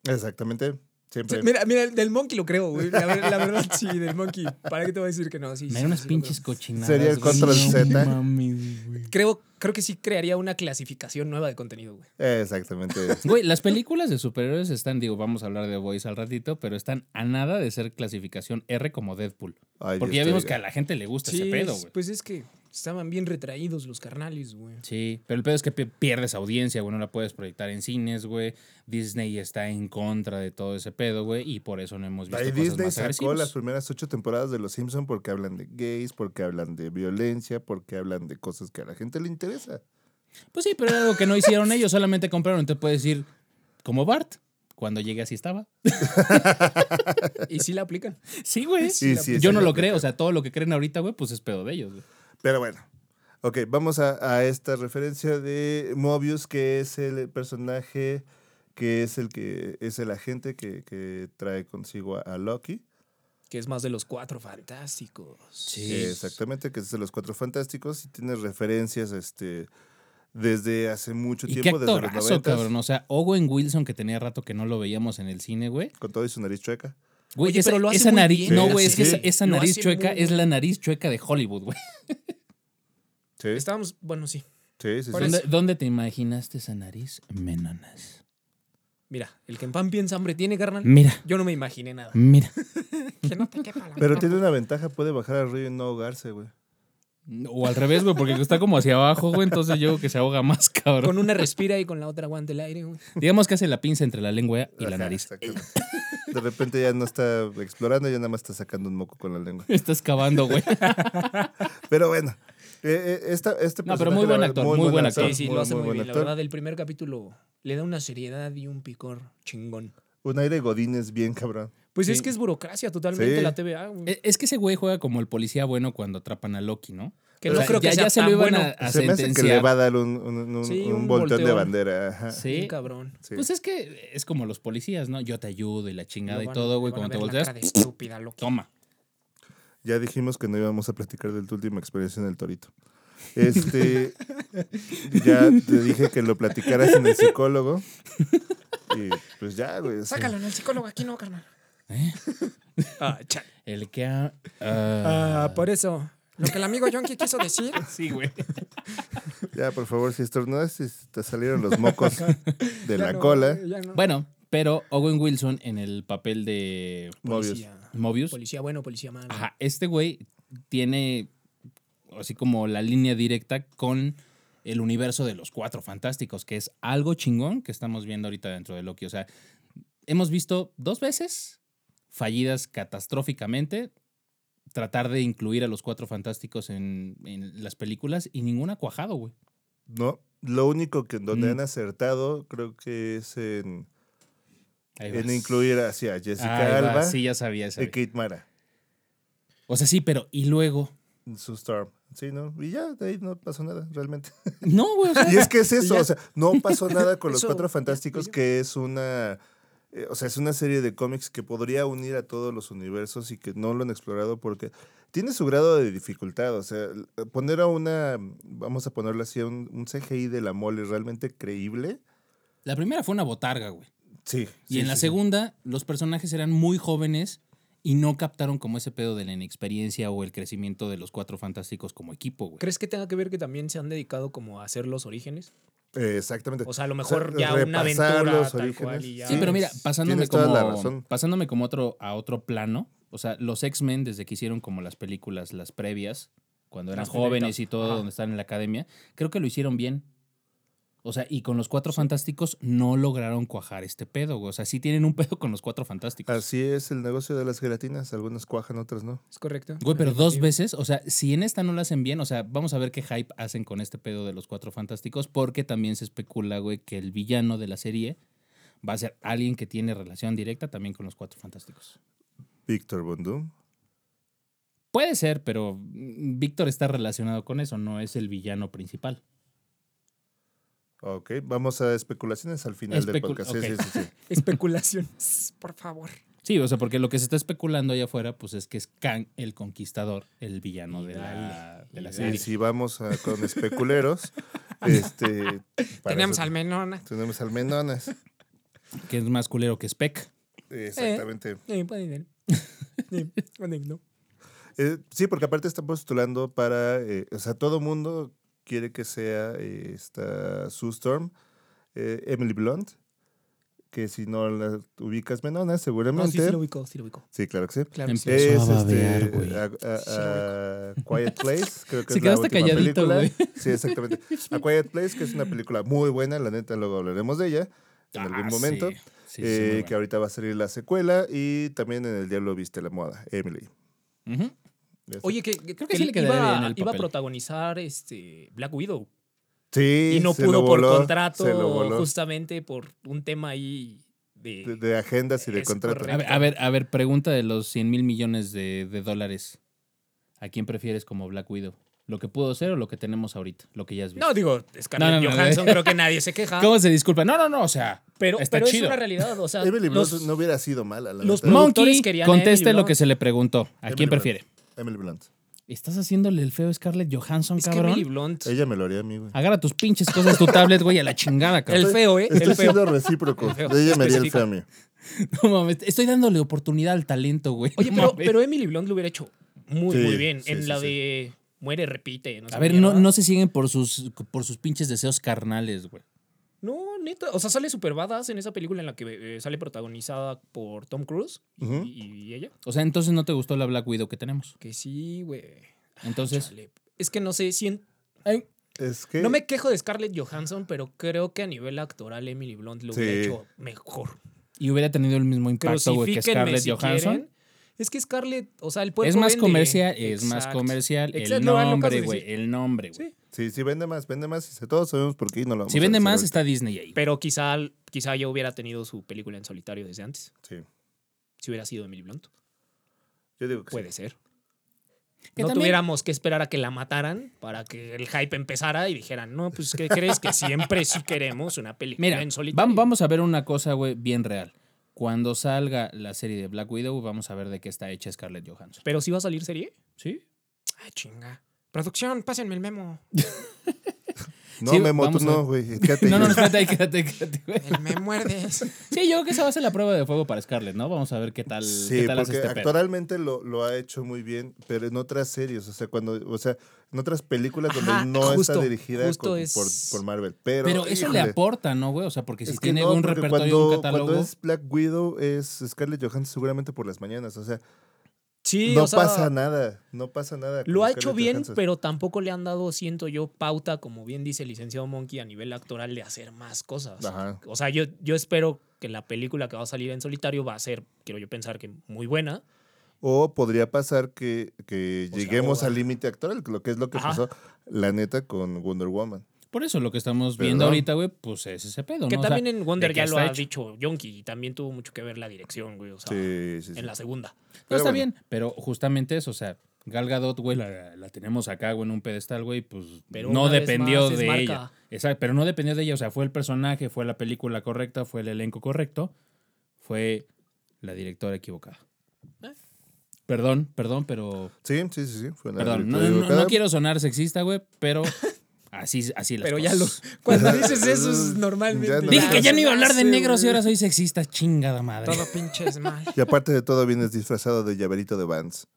Exactamente. Siempre. Mira, mira, el del monkey lo creo, güey. La, ver- la verdad, sí, del monkey. ¿Para qué te voy a decir que no? Sí, Me sí, dan unas sí, lo pinches creo. cochinadas. Sería el güey. Control No Z. mames, güey. Creo, creo que sí crearía una clasificación nueva de contenido, güey. Exactamente. Güey, las películas de superhéroes están, digo, vamos a hablar de Voice al ratito, pero están a nada de ser clasificación R como Deadpool. Ay, Porque ya estoy- vimos que a la gente le gusta ese pedo, es- güey. pues es que estaban bien retraídos los carnales, güey. Sí, pero el pedo es que pi- pierdes audiencia, güey, no la puedes proyectar en cines, güey. Disney está en contra de todo ese pedo, güey, y por eso no hemos visto Ahí cosas Disney más sacó agresivas. las primeras ocho temporadas de Los Simpson porque hablan de gays, porque hablan de violencia, porque hablan de cosas que a la gente le interesa. Pues sí, pero era algo que no hicieron ellos, solamente compraron. Entonces puedes decir, como Bart, cuando llegué así estaba. Y sí la aplican. Sí, güey. Sí, sí, Yo esa no es la lo creo, o sea, todo lo que creen ahorita, güey, pues es pedo de ellos, güey. Pero bueno. Ok, vamos a, a esta referencia de Mobius, que es el personaje que es el que es el agente que, que trae consigo a, a Loki. Que es más de los cuatro fantásticos. Sí. Exactamente, que es de los cuatro fantásticos y tiene referencias este, desde hace mucho Y qué este tiempo, desde los actorazo, 90. cabrón. O sea, Owen Wilson, que tenía rato que no lo veíamos en el cine, güey. Con todo y su nariz chueca. Güey, Oye, esa, pero lo hace esa muy nariz. bien, ¿eh? No, lo güey, es hace- que esa, esa lo nariz hace chueca muy es la bien. nariz chueca de Hollywood, güey. Sí, Estábamos, bueno, sí. sí, sí. Por sí. ¿Dónde, eso. dónde te imaginaste esa nariz, Menonas? Mira, el que en pan piensa hambre tiene, carnal. Mira, Yo no me imaginé nada. mira. Que no te quepa la Pero mitad. tiene una ventaja, puede bajar al río y no ahogarse, güey. O al revés, güey, porque está como hacia abajo, güey. Entonces yo creo que se ahoga más, cabrón. Con una respira y con la otra aguanta el aire. güey. Digamos que hace la pinza entre la lengua y la Ajá, nariz. exactamente. De repente ya no está explorando, ya nada más está sacando un moco con la lengua. Está excavando, güey. Pero bueno, eh, eh, esta, este No, pero personaje, muy la buen verdad, actor, muy buen actor. Sí, sí, muy, lo hace muy, buen bien. actor. La verdad, el primer capítulo le da una seriedad y un picor chingón. Un aire godines bien cabrón. Pues Sí. es que es burocracia totalmente Sí. la TVA. güey. E- Es que ese güey juega como el policía bueno cuando atrapan a Loki, ¿no? Que O no sea, creo que ya, sea ya se tan lo iban bueno. a, a Se me hace que le sentenciar. va a dar un, un, un- Sí, un un volteón de volteo. bandera. ajá. Sí, Sí. cabrón. Sí. Pues es que es como los policías, ¿no? Yo te ayudo y la chingada Le y van a- todo, güey. le van a Cuando te ver la volteas, cara de estúpida, loco. toma. Ya dijimos que no íbamos a platicar de tu última experiencia en el torito. Este, ya te dije que lo platicaras en el psicólogo. Y pues ya, güey. o sea, Sácalo en el psicólogo, aquí no, carnal. Ah, chale. El que ha... Ah, ah. por eso. Lo que el amigo Yonki quiso decir. Sí, güey. Ya, por favor, si estornudas, si te salieron los mocos de Ya la no, cola. ya no. Bueno, pero Owen Wilson en el papel de Mobius. Policía. Mobius. Policía bueno, policía malo. Ajá, este güey tiene así como la línea directa con el universo de los cuatro fantásticos, que es algo chingón que estamos viendo ahorita dentro de Loki. O sea, hemos visto dos veces fallidas catastróficamente tratar de incluir a los cuatro fantásticos en, en las películas y ninguna ha cuajado, güey. No, lo único que en donde Mm. han acertado creo que es en, Ahí en vas. incluir hacia Jessica Ahí vas, Alba Sí, ya sabía, ya y sabía. Kate Mara O sea, sí, pero ¿y luego? en su Storm. Sí, ¿no? Y ya, de ahí no pasó nada, realmente. No, güey, o sea, Y es que es eso, Ya. o sea, no pasó nada con los Eso, Cuatro ya, Fantásticos, ya. que es una... eh, O sea, es una serie de cómics que podría unir a todos los universos y que no lo han explorado porque tiene su grado de dificultad. O sea, l- eh, poner a una, vamos a ponerlo así, a un, un CGI de la mole realmente creíble. la primera fue una botarga, güey. Sí. Y sí, en la sí, sí. segunda, los personajes eran muy jóvenes y no captaron como ese pedo de la inexperiencia o el crecimiento de los cuatro fantásticos como equipo, güey. ¿Crees que tenga que ver que también se han dedicado como a hacer los orígenes? Eh, exactamente. O sea, a lo mejor sea, ya una repasar aventura los tal orígenes. cual y ya. Sí, pero mira, pasándome Tienes toda la como, razón. pasándome como otro, a otro plano, o sea, los X-Men, desde que hicieron como las películas, las previas, cuando eran Las jóvenes primeritas. y todo, Ajá. donde están en la academia, creo que lo hicieron bien. O sea, y con los cuatro fantásticos no lograron cuajar este pedo, güey. O sea, sí tienen un pedo con los cuatro fantásticos. Así es el negocio de las gelatinas. Algunas cuajan, otras no. Es correcto. Güey, pero dos Sí. veces, o sea, si en esta no la hacen bien, o sea, vamos a ver qué hype hacen con este pedo de los cuatro fantásticos, porque también se especula, güey, que el villano de la serie va a ser alguien que tiene relación directa también con los cuatro fantásticos. Víctor Bondum. Puede ser, pero mm, Víctor está relacionado con eso, no es el villano principal. Ok, vamos a especulaciones al final del Especul- podcast. Sí, ok. sí, sí, sí. Especulación. Por favor. Sí, o sea, porque lo que se está especulando allá afuera, pues es que es Kang el conquistador, el villano de la, de la Y serie. si vamos a- con especuleros, este, para Tenemos eso- al menona. tenemos al Menonas. Que es más culero que Speck. Exactamente. Eh, puede ser. Eh, puede que no. Eh, sí, porque aparte está postulando para, eh, o sea, todo mundo quiere que sea eh, esta Sue Storm, eh, Emily Blunt, que si no la ubicas menona, No, sí, seguramente. sí sí, lo ubicó, sí lo ubicó. claro que sí. Claro, que sí. Empezó Es a babear, este, güey. a, a- a Quiet Place, creo que Se es quedó la hasta última calladito, película. güey. Sí, exactamente. A Quiet Place, que es una película muy buena, la neta, luego hablaremos de ella en algún Ah, momento. sí. Sí, sí, eh, muy Que bueno. ahorita va a salir la secuela y también en El Diablo Viste la Moda, Emily. Ujú. Ya está. Oye, que, que- Creo que que sí le quedaría iba, bien el iba a papel. protagonizar este Black Widow. Sí, y no se lo pudo por voló, contrato, se lo voló. justamente por un tema ahí de. de, de agendas y de Es contratos. A ver, a ver, a ver, pregunta de los 100 mil millones de, de dólares. ¿A quién prefieres como Black Widow? ¿Lo que pudo ser o lo que tenemos ahorita? Lo que ya has visto. no, digo, No, no, Scarlett no, Johansson, no. creo que nadie se queja. ¿Cómo se disculpa? No, no, no, o sea, Pero, está pero es chido. una realidad. O sea, Emily los- Blunt no hubiera sido mala, la los verdad. productores Monkey, querían a Emily conteste lo Blunt. que se le preguntó. ¿A Emily quién Blunt. prefiere? Emily Blunt. Estás haciéndole el feo a Scarlett Johansson, Es que Emily cabrón. Blunt. Ella me lo haría a mí, güey. Agarra tus pinches cosas, tu tablet, güey, a la chingada, cabrón. Ah, El feo, ¿eh? Estoy El feo. siendo recíproco. El feo, Ella me haría el especifica. feo a mí. No mames, estoy dándole oportunidad al talento, güey. Oye, No pero, mames. pero Emily Blunt lo hubiera hecho muy, Sí, muy bien. sí, en sí, la sí. de muere, repite. No sé A ver, qué no, mierda. no se siguen por sus, por sus pinches deseos carnales, güey. No, neta. O sea, sale super badass en esa película en la que eh, sale protagonizada por Tom Cruise y- Ujú. y, y ella. O sea, entonces no te gustó la Black Widow que tenemos. Que sí, güey. Entonces, Chale. Es que no sé, si en- Es que. no me quejo de Scarlett Johansson, pero creo que a nivel actoral Emily Blunt lo Sí. hubiera hecho mejor. y hubiera tenido el mismo impacto, güey, que Crucifíquenme Scarlett si Johansson. quieren. Es que Scarlett, o sea, el pueblo Es más comercial, es más comercial. El Exacto, lo van locas de nombre, güey. decir. El nombre, Sí. güey. Sí, sí, vende más, vende más. y se- Todos sabemos por qué y no lo vamos Si a vende decir más, ahorita. está Disney ahí. Pero quizá, quizá yo hubiera tenido su película en solitario desde antes. Sí. Si hubiera sido Emily Blunt. Yo digo que Puede ser. Que no también- tuviéramos que esperar a que la mataran para que el hype empezara y dijeran, no, pues, ¿qué crees? Que siempre sí queremos una película Mira, en solitario. vam- vamos a ver una cosa, güey, bien real. Cuando salga la serie de Black Widow, vamos a ver de qué está hecha Scarlett Johansson. Pero sí va a salir serie. ¿Sí? Ay, Ah, chinga. Producción, pásenme el memo. sí. No, Sí, Memo, tú vamos a- no, güey. Quédate. No, no, no, espérate, ahí, quédate, quédate, güey. El me muerdes. Sí, yo creo que esa va a ser la prueba de fuego para Scarlett, ¿no? Vamos a ver qué tal, Sí, qué tal hace porque este pedo. actualmente lo, lo ha hecho muy bien, pero en otras series, o sea, cuando, o sea, en otras películas donde Ajá, no justo, está dirigida justo con- es- por, por Marvel. Pero, Pero eso le híjole, aporta, ¿no, güey? O sea, porque si es que tiene no, un porque repertorio, y un cuando, catálogo. cuando es Black Widow es Scarlett Johansson seguramente por las mañanas, o sea, Sí, no o sea, pasa nada, no pasa nada. con Lo ha Scarlett hecho bien, Johansson. pero tampoco le han dado, siento yo, pauta, como bien dice el licenciado Monkey, a nivel actoral de hacer más cosas. Ajá. O sea, yo, yo espero que la película que va a salir en solitario va a ser, quiero yo pensar que muy buena. O podría pasar que, que O sea, lleguemos o- al límite actual, lo que es lo que Ajá. pasó, la neta, con Wonder Woman. Por eso lo que estamos Pero viendo no. ahorita, güey, pues es ese pedo, Que ¿no? O sea, también en Wonder de que ya lo está ha hecho. dicho Yonki y también tuvo mucho que ver la dirección, güey. O sea, sí, sí, sí. en la segunda. No, Pero está bueno. bien, pero justamente eso, o sea, Gal Gadot, güey, la, la tenemos acá, güey, en un pedestal, güey, pues Pero no una vez dependió más es de marca. ella. Exacto, pero no dependió de ella, o sea, fue el personaje, fue la película correcta, fue el elenco correcto, fue la directora equivocada. Eh. Perdón, perdón, pero... Sí, sí, sí, sí. fue la Perdón, no, directora no- educada. no quiero sonar sexista, güey, pero así, así las Pero ya cosas. lo. Cuando dices eso es Ya normalmente. no. Dije que ya no iba a hablar de Sí, negros y güey. ahora soy sexista, chingada madre. Todo pinches mal. Y aparte de todo, vienes disfrazado de llaverito de Vans.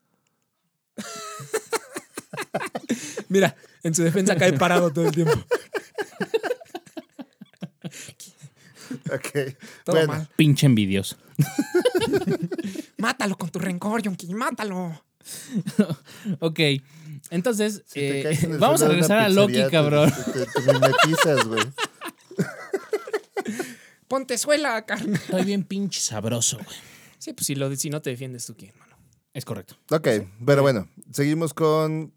Mira, en su defensa cae parado todo el tiempo. Ok. Todo bueno, mal. Pinche envidioso. Mátalo con tu rencor, Yonki. Mátalo. Ok, entonces, si te eh, caes en el vamos a suelo de regresar una a Loki, pizzería, pues. te- cabrón. Te, te- te mimetizas, güey. Ponte suela, carnal. Estoy bien pinche sabroso, güey. Sí, pues si, lo, si no te defiendes tú, ¿quién, mano? Es correcto. Ok, pero bueno, seguimos con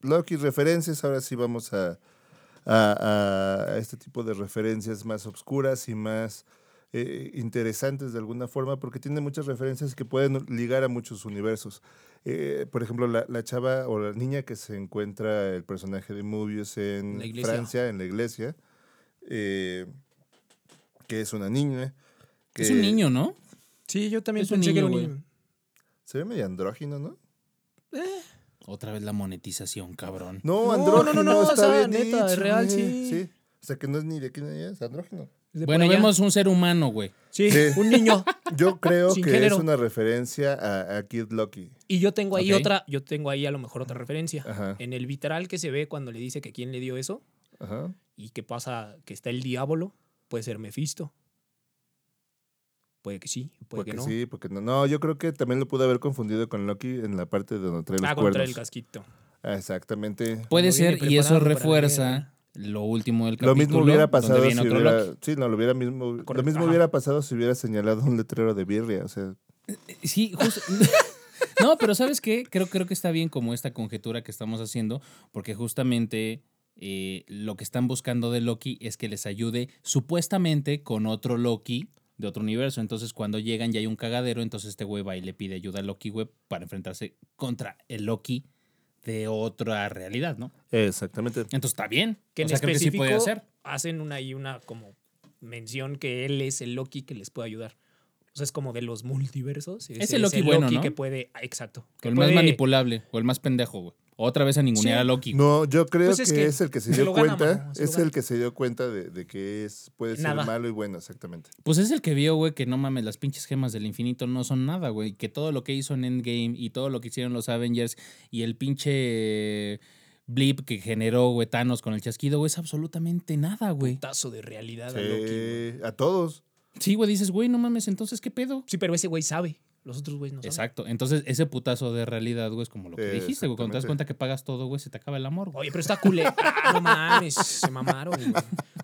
Loki referencias. Ahora sí vamos a, a- a este tipo de referencias más obscuras y más eh, interesantes de alguna forma, porque tiene muchas referencias que pueden ligar a muchos universos. Eh, por ejemplo, la, la chava o la niña que se encuentra el personaje de Mobius en La iglesia. Francia, en la iglesia, eh, que es una niña. Que Es un niño, ¿no? Sí, yo también Es un pensé que era niño, un niño. Se ve medio andrógino, ¿no? Otra vez la monetización, cabrón. No, No, andrógino, no, no, no, o está sea, bien neta, dicho, real, güey. sí. O sea, que no es ni de quién es, andrógino. Bueno, vemos un ser humano, güey. Sí, Sí. un niño. Yo creo que Sin género. es una referencia a, a Kid Loki. Y yo tengo ahí Ok. otra, yo tengo ahí a lo mejor otra referencia. Ajá. En el vitral que se ve cuando le dice que quién le dio eso Ajá. y que pasa que está el diablo, puede ser Mephisto. Puede que sí, puede Porque que no. sí, porque no. No, yo creo que también lo pude haber confundido con Loki en la parte de donde trae los Ah, contra cuernos. el Pues, casquito. Ah, exactamente. Puede No viene ser, y eso preparado para refuerza lo último del capítulo. Lo mismo hubiera donde pasado si viene otro hubiera. Loki. Sí, no, lo, hubiera mismo, lo Correcto, mismo ajá. hubiera pasado si hubiera señalado un letrero de birria. O sea, Sí, justo. no, pero ¿sabes qué? Creo, creo que está bien como esta conjetura que estamos haciendo, porque justamente eh, lo que están buscando de Loki es que les ayude supuestamente con otro Loki de otro universo. Entonces, cuando llegan y hay un cagadero, entonces este güey va y le pide ayuda a Loki, güey, para enfrentarse contra el Loki de otra realidad, ¿no? exactamente. Entonces está bien. Que en o sea, creo que sí específico puede hacer. hacen una, ahí una como mención que él es el Loki que les puede ayudar. O sea, es como de los multiversos. Es el Loki bueno, ¿no? que puede, ah, exacto. Que El más puede- manipulable o el más pendejo, güey. otra vez a ningunear Sí. a Loki. No, yo creo Pues que, es es, que el que se se dio lo gana, cuenta, mano, se lo es gana. el que se dio cuenta de, de que es puede ser Nada. malo y bueno, exactamente. Pues es el que vio, güey, que no mames, las pinches gemas del infinito no son nada, güey. Que todo lo que hizo en Endgame y todo lo que hicieron los Avengers y el pinche blip que generó, güey, Thanos con el chasquido, güey, es absolutamente nada, güey. Tazo de realidad a Loki. güey. Sí, a todos. Sí, güey, dices, güey, no mames, entonces, ¿qué pedo? Sí, pero ese güey sabe. Los otros güeyes no saben. Exacto. Entonces, ese putazo de realidad, güey, es como lo que Eh, dijiste, güey. Cuando te das cuenta exactamente. que pagas todo, güey, se te acaba el amor, güey. Oye, pero está culero. no mames, se mamaron, güey. Oye,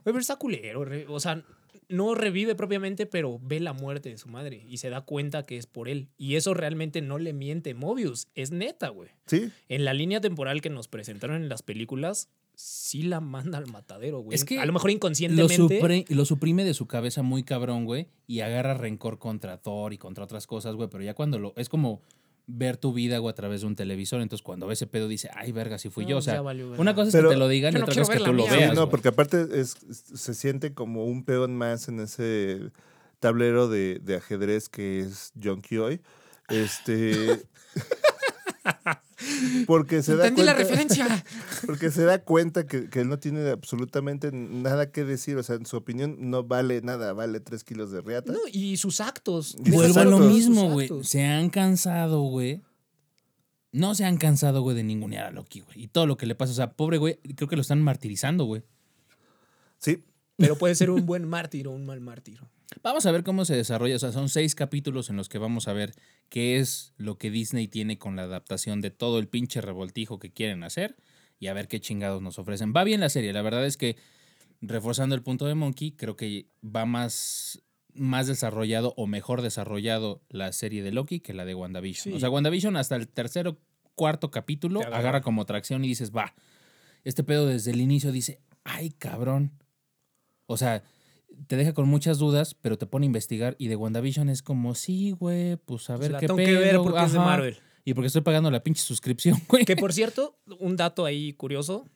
pero está culero. re- O sea, no revive propiamente, pero ve la muerte de su madre y se da cuenta que es por él. Y eso realmente no le miente Mobius. Es neta, güey. Sí, En la línea temporal que nos presentaron en las películas, sí la manda al matadero, güey. Es que a lo mejor Lo, inconscientemente. supre- lo suprime de su cabeza muy cabrón, güey, y agarra rencor contra Thor y contra otras cosas, güey, pero ya cuando lo... Es como ver tu vida, güey, a través de un televisor, entonces cuando ve ese pedo dice, ay, verga, si fui No, Ah, yo, o pues ya sea, valió, verga. una cosa es Pero- que te lo digan y Yo no otra quiero cosa es que ver la tú lo mía, veas, Sí, no, güey. porque aparte es, se siente como un peón más en ese tablero de, de ajedrez que es John Kioy. Este. porque se da Entendí cuenta. la referencia. Porque se da cuenta que, que él no tiene absolutamente nada que decir. O sea, en su opinión no vale nada, vale tres kilos de reata. No, y sus actos. Y Vuelvo a lo Exacto. mismo, Sus güey. actos. Se han cansado, güey. No se han cansado, güey, de ningunear a Loki, güey. Y todo lo que le pasa, o sea, pobre, güey, creo que lo están martirizando, güey. Sí, Pero puede ser un buen mártir o un mal mártir. Vamos a ver cómo se desarrolla. O sea, son seis capítulos en los que vamos a ver qué es lo que Disney tiene con la adaptación de todo el pinche revoltijo que quieren hacer y a ver qué chingados nos ofrecen. Va bien la serie. La verdad es que, reforzando el punto de Monkey, creo que va más, más desarrollado o mejor desarrollado la serie de Loki que la de WandaVision. Sí. O sea, WandaVision hasta el tercero, cuarto capítulo Te agarra. agarra como atracción y dices, va. Este pedo desde el inicio dice, ay, cabrón. O sea, te deja con muchas dudas, pero te pone a investigar. Y de WandaVision es como, sí, güey, pues a A ver ver, la qué tengo pedo. que ver porque es de ajá. Marvel. Y porque estoy pagando la pinche suscripción, güey. Que por cierto, un dato ahí curioso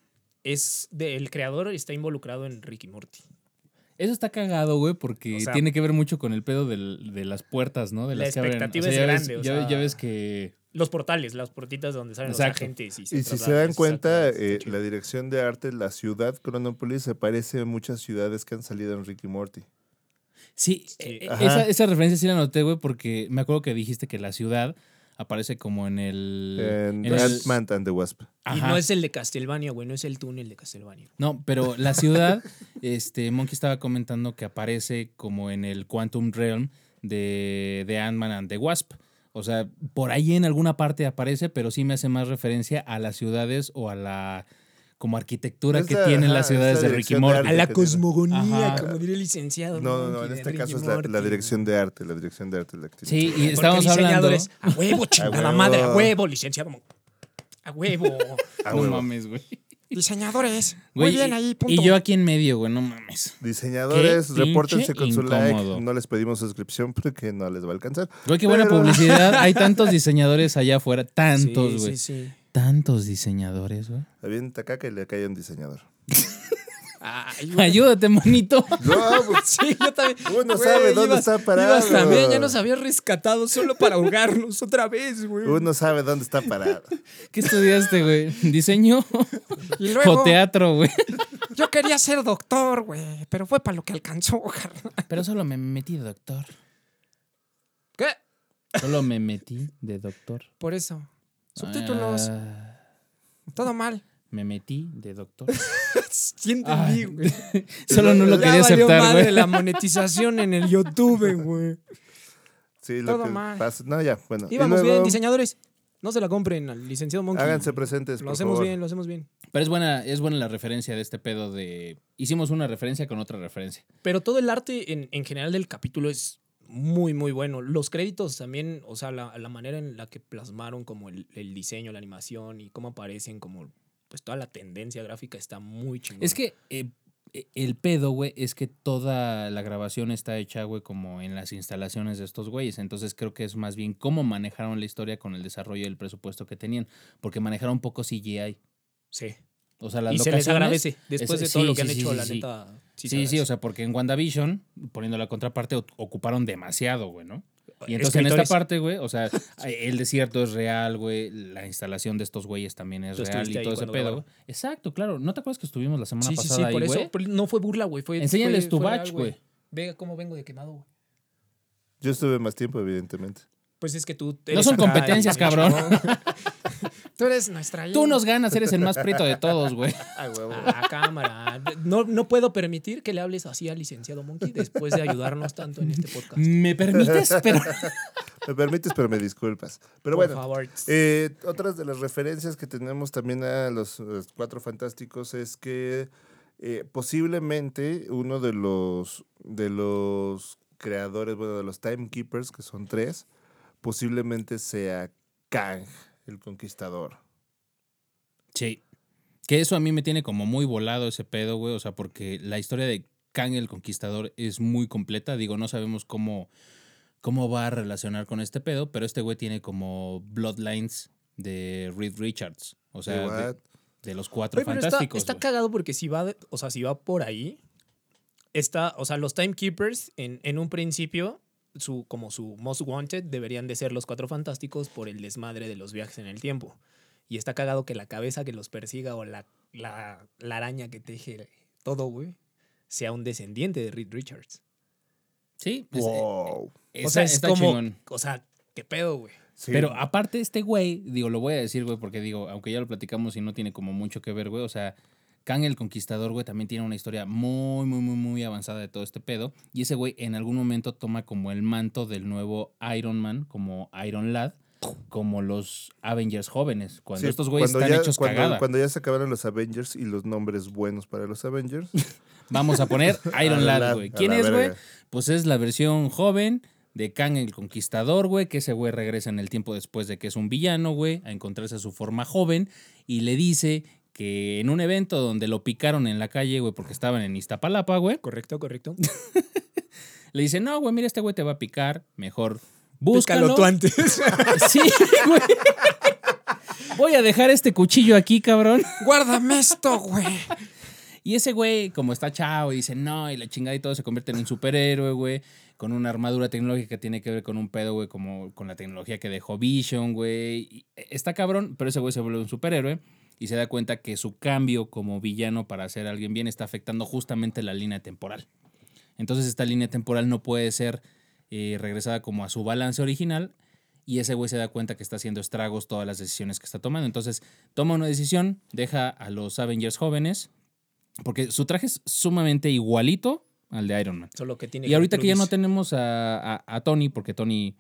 es del creador está involucrado en Ricky Morty. Eso está cagado, güey, porque O sea, tiene que ver mucho con el pedo del- de las puertas, ¿no? De La las que abren. expectativa O sea, es ya grande, o Ves, ya, ves- sea, ya ves que. Los portales, las puertitas donde salen Exacto. los agentes. Y, Y si se trasladan, dan eso cuenta, está- está eh, chido. la dirección de arte, la ciudad Cronópolis, se parece a muchas ciudades que han salido en Ricky Morty. Sí, Sí. eh, Ajá. esa, esa referencia sí la noté, güey, porque me acuerdo que dijiste que la ciudad aparece como en el. En en el- Ant-Man and the Wasp. Y Ajá. no es el de Castlevania, güey, no es el túnel de Castlevania. No, pero la ciudad, este, Monkey estaba comentando que aparece como en el Quantum Realm de, de Ant-Man and the Wasp. O sea, por ahí en alguna parte aparece, pero sí me hace más referencia a las ciudades o a la como arquitectura que Esa, tienen ajá, las ciudades de esa Ricky dirección de Morty. arte. la cosmogonía, Ajá. como diría el licenciado. No, no, no, en este caso es la, la dirección de arte, la dirección de arte es la que tiene. Sí, y Porque estábamos hablando. diseñadores, A huevo, chingada huevo. madre, a huevo, licenciado. como, A huevo. Ah, no huevo. mames, güey. Diseñadores. Güey, Muy bien ahí, punto. Y yo aquí en medio, güey, no mames. Diseñadores, Qué repórtense con su pinche incómodo. like. No les pedimos suscripción porque no les va a alcanzar. Güey, qué buena Pero- publicidad. Hay tantos diseñadores allá afuera, tantos, Sí, güey. sí, sí. Tantos diseñadores, güey. Avienta caca y le cae un diseñador. Ay, güey. Ayúdate, monito. No, pues, Sí, yo también. uno Güey, sabe dónde ibas- está parado. ibas también, ya nos había rescatado solo para ahogarnos otra vez, güey. Uno sabe dónde está parado. ¿Qué estudiaste, güey? ¿Diseño Y o luego, teatro, güey? yo quería ser doctor, güey, pero fue para lo que alcanzó, carnal. Pero solo me metí de doctor. ¿Qué? Solo me metí de doctor. Por eso. Subtítulos. Ah, Todo mal. me metí de doctor. Sí entendí, Ay, güey. Solo no lo Ya quería valió aceptar, madre güey. la monetización en el YouTube, güey. Sí, lo Todo que mal. pasa. No, ya, bueno. Y Íbamos luego, bien, diseñadores. No se la compren al licenciado Monkey. Háganse presentes, Lo por hacemos favor. bien, lo hacemos bien. Pero es buena, es buena la referencia de este pedo de. Hicimos una referencia con otra referencia. Pero todo el arte en, en general del capítulo es muy, muy bueno. Los créditos también, o sea, la, la manera en la que plasmaron como el, el diseño, la animación y cómo aparecen, como pues toda la tendencia gráfica está muy chingona. Es que eh, eh, el pedo, güey, es que toda la grabación está hecha, güey, como en las instalaciones de estos güeyes. Entonces creo que es más bien cómo manejaron la historia con el desarrollo del presupuesto que tenían. Porque manejaron poco CGI. Sí. O sea, las Y se les locaciones- agradece después es- de todo sí, lo que han sí, sí, hecho, sí, la sí. neta. Sí, se sí, agradece. o sea, porque en WandaVision, poniendo la contraparte, o- ocuparon demasiado, güey, ¿no? Y entonces en esta Escritores. parte, güey, o sea, el desierto es real, güey, la instalación de estos güeyes también es Tú real y estuviste ahí todo ese cuando pedo, grabaron. güey. Exacto, claro. ¿No te acuerdas que estuvimos la semana Sí, sí, pasada sí, ahí, por eso. güey? pero No fue burla, güey. fue- Enséñales fue- tu fue real, batch, güey. Ve cómo vengo de quemado, güey. Yo estuve más tiempo, evidentemente. Pues es que tú. No eres son acá el- competencias, el cabrón. chingón. tú eres nuestra. Tú nos ganas, eres el más prieto de todos, güey. Ah, huevo. Ah, cámara. No, no puedo permitir que le hables así al licenciado Monkey después de ayudarnos tanto en este podcast. ¿Me permites? Pero... Me permites, pero me disculpas. Pero Por bueno, favor. Eh, otras de las referencias que tenemos también a los, eh, cuatro fantásticos es que eh, posiblemente uno de los de los creadores, bueno, de los timekeepers, que son tres, posiblemente sea Kang, el conquistador. Sí. Que eso a mí me tiene como muy volado ese pedo, güey. O sea, porque la historia de Kang el Conquistador es muy completa. Digo, no sabemos cómo, cómo va a relacionar con este pedo, pero este güey tiene como Bloodlines de Reed Richards. O sea, Hey, de, eh, what? de los cuatro Oye, pero está, fantásticos. está güey. cagado porque si va, de- o sea, si va por ahí, está, o sea, los timekeepers en, en un principio, su, como su most wanted, deberían de ser los cuatro fantásticos por el desmadre de los viajes en el tiempo. Y está cagado que la cabeza que los persiga o la, la, la araña que teje todo, güey, sea un descendiente de Reed Richards. Sí, es- Wow. eh, o está- sea, es está como, chingón. o sea, qué pedo, güey. Sí. Pero aparte, este güey, digo, lo voy a decir, güey, porque digo, aunque ya lo platicamos y no tiene como mucho que ver, güey, o sea, Kang el Conquistador, güey, también tiene una historia muy, muy, muy, muy avanzada de todo este pedo. Y ese güey en algún momento toma como el manto del nuevo Iron Man, como Iron Lad, como los Avengers jóvenes, cuando Sí, estos güeyes cuando están ya- hechos cuando, cagada. cuando ya se acabaron los Avengers y los nombres buenos para los Avengers. Vamos a poner Iron Lad, Lad, güey. a ¿Quién la es, güey? verga. Pues es la versión joven de Kang el Conquistador, güey, que ese güey regresa en el tiempo después de que es un villano, güey, a encontrarse a su forma joven y le dice que en un evento donde lo picaron en la calle, güey, porque estaban en Iztapalapa, güey, Correcto, correcto. le dice, no, güey, mira, este güey te va a picar, mejor búscalo. Búscalo tú antes. Sí, güey. Voy a dejar este cuchillo aquí, cabrón. Guárdame esto, güey. Y ese güey, como está chao, y dice no, y la chingada y todo, se convierte en un superhéroe, güey, con una armadura tecnológica que tiene que ver con un pedo, güey, como con la tecnología que dejó Vision, güey. Y e, Está cabrón, pero ese güey se vuelve un superhéroe y se da cuenta que su cambio como villano para ser alguien bien está afectando justamente la línea temporal. Entonces esta línea temporal no puede ser eh, regresada como a su balance original y ese güey se da cuenta que está haciendo estragos todas las decisiones que está tomando. Entonces toma una decisión, deja a los Avengers jóvenes, porque su traje es sumamente igualito al de Iron Man. Solo que tiene Y ahorita que ya no Gertrudis. tenemos a, a- a Tony, porque Tony,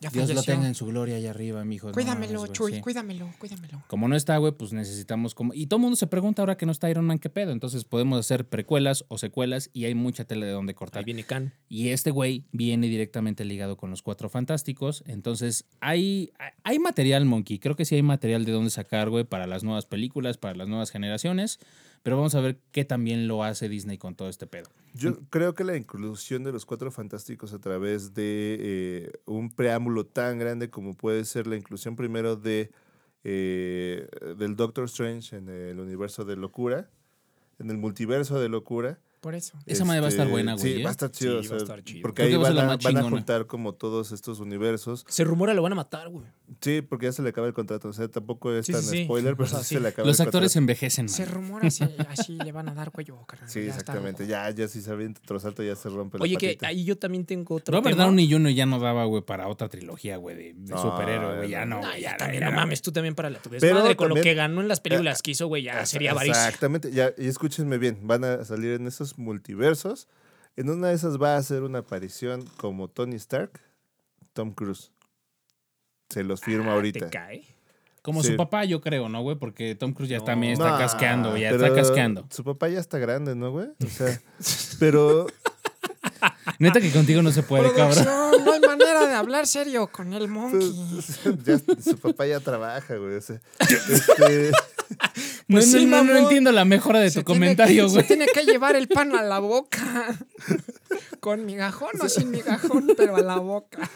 Ya Dios lo falleció. tenga en su gloria allá arriba, mijo. Pues No Cuídamelo, mames, güey, Chuy, sí. cuídamelo, cuídamelo. Como no está, güey, pues necesitamos como... Y todo el mundo se pregunta ahora que no está Iron Man, ¿qué pedo? Entonces podemos hacer precuelas o secuelas y hay mucha tela de donde cortar. Ahí viene Khan. Y este güey viene directamente ligado con los Cuatro Fantásticos. Entonces, hay, hay- hay material, Monkey. Creo que sí hay material de dónde sacar, güey, para las nuevas películas, para las nuevas generaciones. Pero vamos a ver qué también lo hace Disney con todo este pedo. Yo creo que la inclusión de los cuatro fantásticos a través de eh, un preámbulo tan grande como puede ser la inclusión primero de eh, del Doctor Strange en el universo de locura, en el multiverso de locura. este, Por eso. Esa madre va a estar buena, Sí, güey, ¿eh? va a estar chido. Sí, o va a sea, estar chido. Porque Creo que ahí va a ser van la a, más van a chingona. juntar como todos estos universos. Se rumora lo van a matar, güey. Sí, porque ya se le acaba el contrato. O sea, tampoco es Sí, tan sí, sí. spoiler, pero O sea, sí sí. se le acaba Los el actores contrato. envejecen, man. Se rumora si así le van a dar cuello, carnal. Sí, Ya está. exactamente. Ya, ya si se avienta otro salto, ya se rompe la Oye, que patita. ahí yo también tengo otro Robert tema. Downey Jr. ya no daba, güey, para otra trilogía, güey, de, de No, superhéroe, güey. ya Ya no. no, No, güey, ya ya, también, ya no no. mames, tú también para la tu Pero desmadre. Con lo también- que ganó en las películas que hizo, güey, ah, ya Ah, sería avaricia. Exactamente, ya, y escuchen muy bien, van a salir en esos multiversos. En una de esas va a hacer una aparición como Tony Stark, Tom Cruise. Se los firmo Ah, ¿Te ahorita. cae? Como Sí. su papá, yo creo, ¿no, güey? Porque Tom Cruise ya No. también está No, casqueando, güey. Ya pero está casqueando. Su papá ya está grande, ¿no, güey? O sea, pero Neta que contigo no se puede, cabrón. Producción, no hay manera de hablar serio con el pues, monkey. ya- su papá ya trabaja, güey. o sea, este, No, Pues no, sí, no, no mamón. entiendo la mejora de tu Se tiene comentario, que- güey. Se tiene que llevar el pan a la boca. Con migajón o sin migajón, pero a la boca.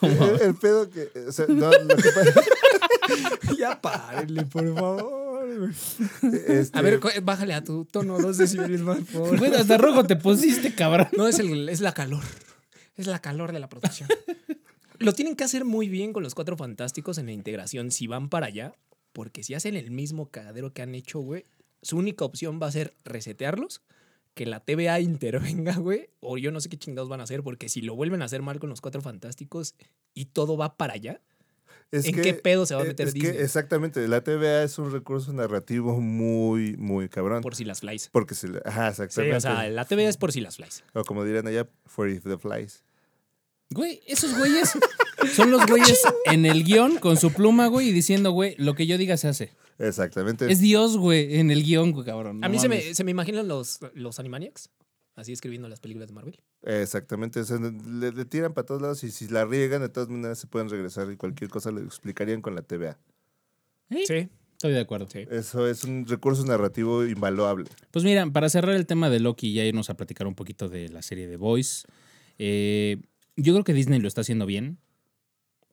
el, el pedo que... o sea, no, lo que pasa- Ya párenle, por favor, güey. este, A ver, cu- bájale a tu tono dos decibeles más, por favor. Güey, hasta rojo te pusiste, cabrón. No, es, el, es la calor. Es la calor de la producción. Lo tienen que hacer muy bien con los cuatro fantásticos en la integración si van para allá, porque si hacen el mismo cagadero que han hecho, güey, su única opción va a ser resetearlos, que la TVA intervenga, güey, o yo no sé qué chingados van a hacer, porque si lo vuelven a hacer mal con los cuatro fantásticos y todo va para allá, Es ¿En qué pedo se va a eh, meter es que Disney? exactamente, la TVA es un recurso narrativo muy, muy cabrón. por si las flies. Porque se le... Ajá, Sí, exactamente. o sea, la TVA es por si las flies. O como dirían allá, for if the flies. Güey, esos güeyes son los güeyes en el guión con su pluma, güey, y diciendo, güey, lo que yo diga se hace. Exactamente. Es Dios, güey, en el guión, güey, cabrón. A no mí se me, mames. se me imaginan los, los Animaniacs, así escribiendo las películas de Marvel. Exactamente. o sea, le, le tiran para todos lados y si la riegan, de todas maneras se pueden regresar y cualquier cosa le explicarían con la TVA. ¿Eh? Sí. Estoy de acuerdo. Sí. Eso es un recurso narrativo invaluable. Pues mira, para cerrar el tema de Loki y ya irnos a platicar un poquito de la serie de Boys, eh, yo creo que Disney lo está haciendo bien.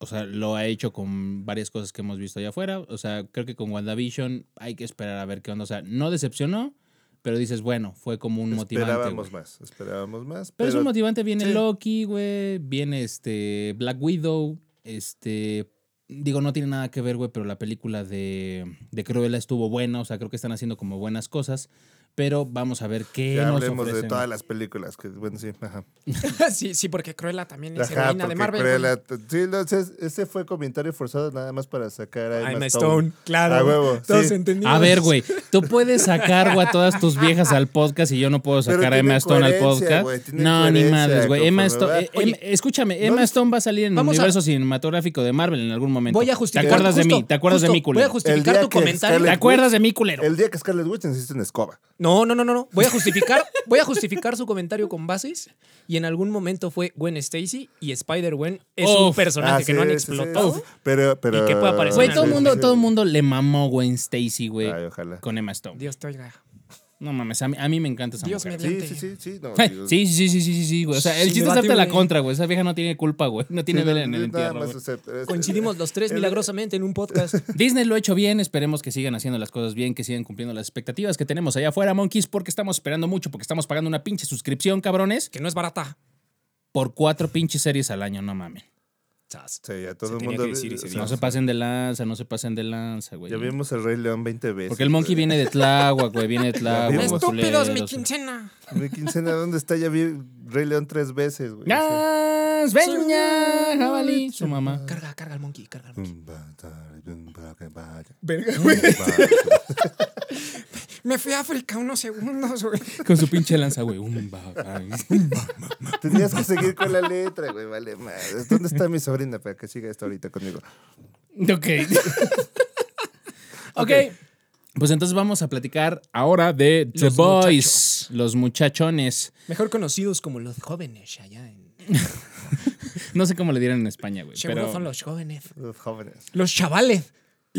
O sea, lo ha hecho con varias cosas que hemos visto allá afuera. O sea, creo que con WandaVision hay que esperar a ver qué onda. O sea, no decepcionó, pero dices, bueno, fue como un motivante. Esperábamos güey. más, esperábamos más. Pero, es un motivante. Viene sí. Loki, güey. Viene este Black Widow. Este. Digo, no tiene nada que ver, güey, pero la película de, de Cruella estuvo buena. O sea, creo que están haciendo como buenas cosas. Pero vamos a ver qué Ya nos hablemos de ofrecen. todas las películas. Que, bueno, sí, ajá. sí, sí, porque Cruella también es Ajá, heroína de porque Marvel. Cruella- güey. t- sí, no, ese, ese fue comentario forzado nada más para sacar a Emma, I'm a Stone. Stone, claro. A huevo, Todos sí. entendimos. A ver, güey, tú puedes sacar, güey, a todas tus viejas al podcast y yo no puedo Pero sacar a Emma tiene Stone al coherencia, podcast. güey, tiene no, ni coherencia, madres, güey. Emma conforme Stone, va. eh, em- Oye, escúchame, Emma es- Stone va a salir en el Vamos a- universo cinematográfico de Marvel en algún momento. Voy a justificar. ¿Te acuerdas de justo- mí? ¿Te acuerdas justo de mí, culero? Voy a justificar día tu que comentario. ¿Te Scarlett- acuerdas de mí, culero? El día que Scarlett Witch insiste en escoba. No, no, no, no, no. Voy a justificar, voy a justificar su comentario con bases. Y en algún momento fue Gwen Stacy y Spider Gwen es un Uf. personaje Ah, que no sí, han sí, sí, explotado. sí. Pero, pero. Y que puede aparecer Güey, Sí, todo el sí, mundo, sí. todo mundo le mamó Gwen Stacy, güey. Ay, ojalá. Con Emma Stone. Dios te oiga. No mames, a mí, a mí me encanta esa Dios mujer. Sí, sí, sí, sí. No, Ay, digo- Sí, sí, sí, sí, sí, sí, güey. O sea, el Sí, chiste es darte la debatible. contra, güey. Esa vieja no tiene culpa, güey. No tiene sí, pues, vela en el nada entierro, más, güey. o sea, pero es- Coincidimos los tres El- milagrosamente en un podcast. Disney lo ha hecho bien, esperemos que sigan haciendo las cosas bien, que sigan cumpliendo las expectativas que tenemos allá afuera, monkeys, porque estamos esperando mucho, porque estamos pagando una pinche suscripción, cabrones, Que no es barata. por cuatro pinches series al año, no mames. Chas. Sí, ya todo Se el tenía mundo. que decir y se o sea, No se pasen de lanza, no se pasen de lanza, güey. Ya vimos el Rey León 20 veces. Porque el monkey güey. viene de Tláhuac, güey, viene de Tláhuac. vimos. Estúpidos, mi culeros, güey. quincena. Mi quincena, ¿dónde está? Ya vi Rey León tres veces, güey. ¡Gas! ¡Veña! ¡Jabalí! Su mamá. Carga, carga al monkey, carga al monkey. Verga, güey. Me fui a África unos segundos, güey. Con su pinche lanza, güey. Un ba- ay. Tenías que seguir con la letra, güey. Vale, madre. ¿Dónde está mi sobrina para que siga esto ahorita conmigo? Ok. ok. Pues entonces vamos a platicar ahora de The Los Boys, los muchachones. Mejor conocidos como los jóvenes allá en. No sé cómo le dieron en España, güey. Seguro Pero son los jóvenes. Los jóvenes. Los chavales.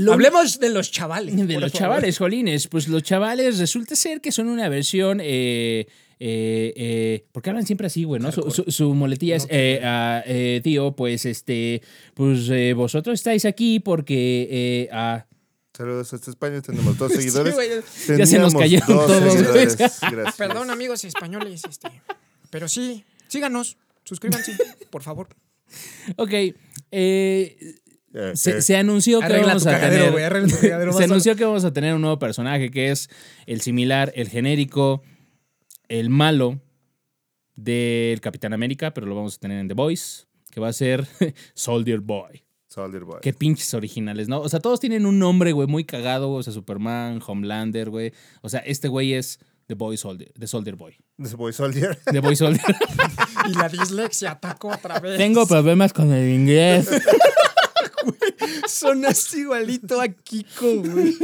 Hablemos de los chavales. de por los favor. chavales, jolines. Pues los chavales resulta ser que son una versión. Eh, eh, eh, ¿Por qué hablan siempre así, güey? ¿no? Su, su- su moletilla es, eh, ah, eh, tío, pues este, pues eh, vosotros estáis aquí porque eh, ah, Saludos hasta España, tenemos dos seguidores. güey, ya se nos Teníamos cayeron dos todos, güey. seguidores. Gracias. Perdón, amigos españoles, este. Pero sí, síganos, suscríbanse, por favor. Ok. eh, Eh, se, eh, se anunció que Arregla vamos tu a cagadero, tener. güey, arregla tu cagadero, se vas a- anunció que vamos a tener un nuevo personaje que es el similar, el genérico, el malo del Capitán América, pero lo vamos a tener en The Voice, que va a ser Soldier Boy. Soldier Boy. Qué pinches originales, ¿no? O sea, todos tienen un nombre, güey, muy cagado, güey, o sea, Superman, Homelander, güey. O sea, este güey es The Boy Soldier, The Soldier Boy. This Boy Soldier. The Boy Soldier. Y la dislexia atacó otra vez. Tengo problemas con el inglés. Sonaste igualito a Kiko, güey.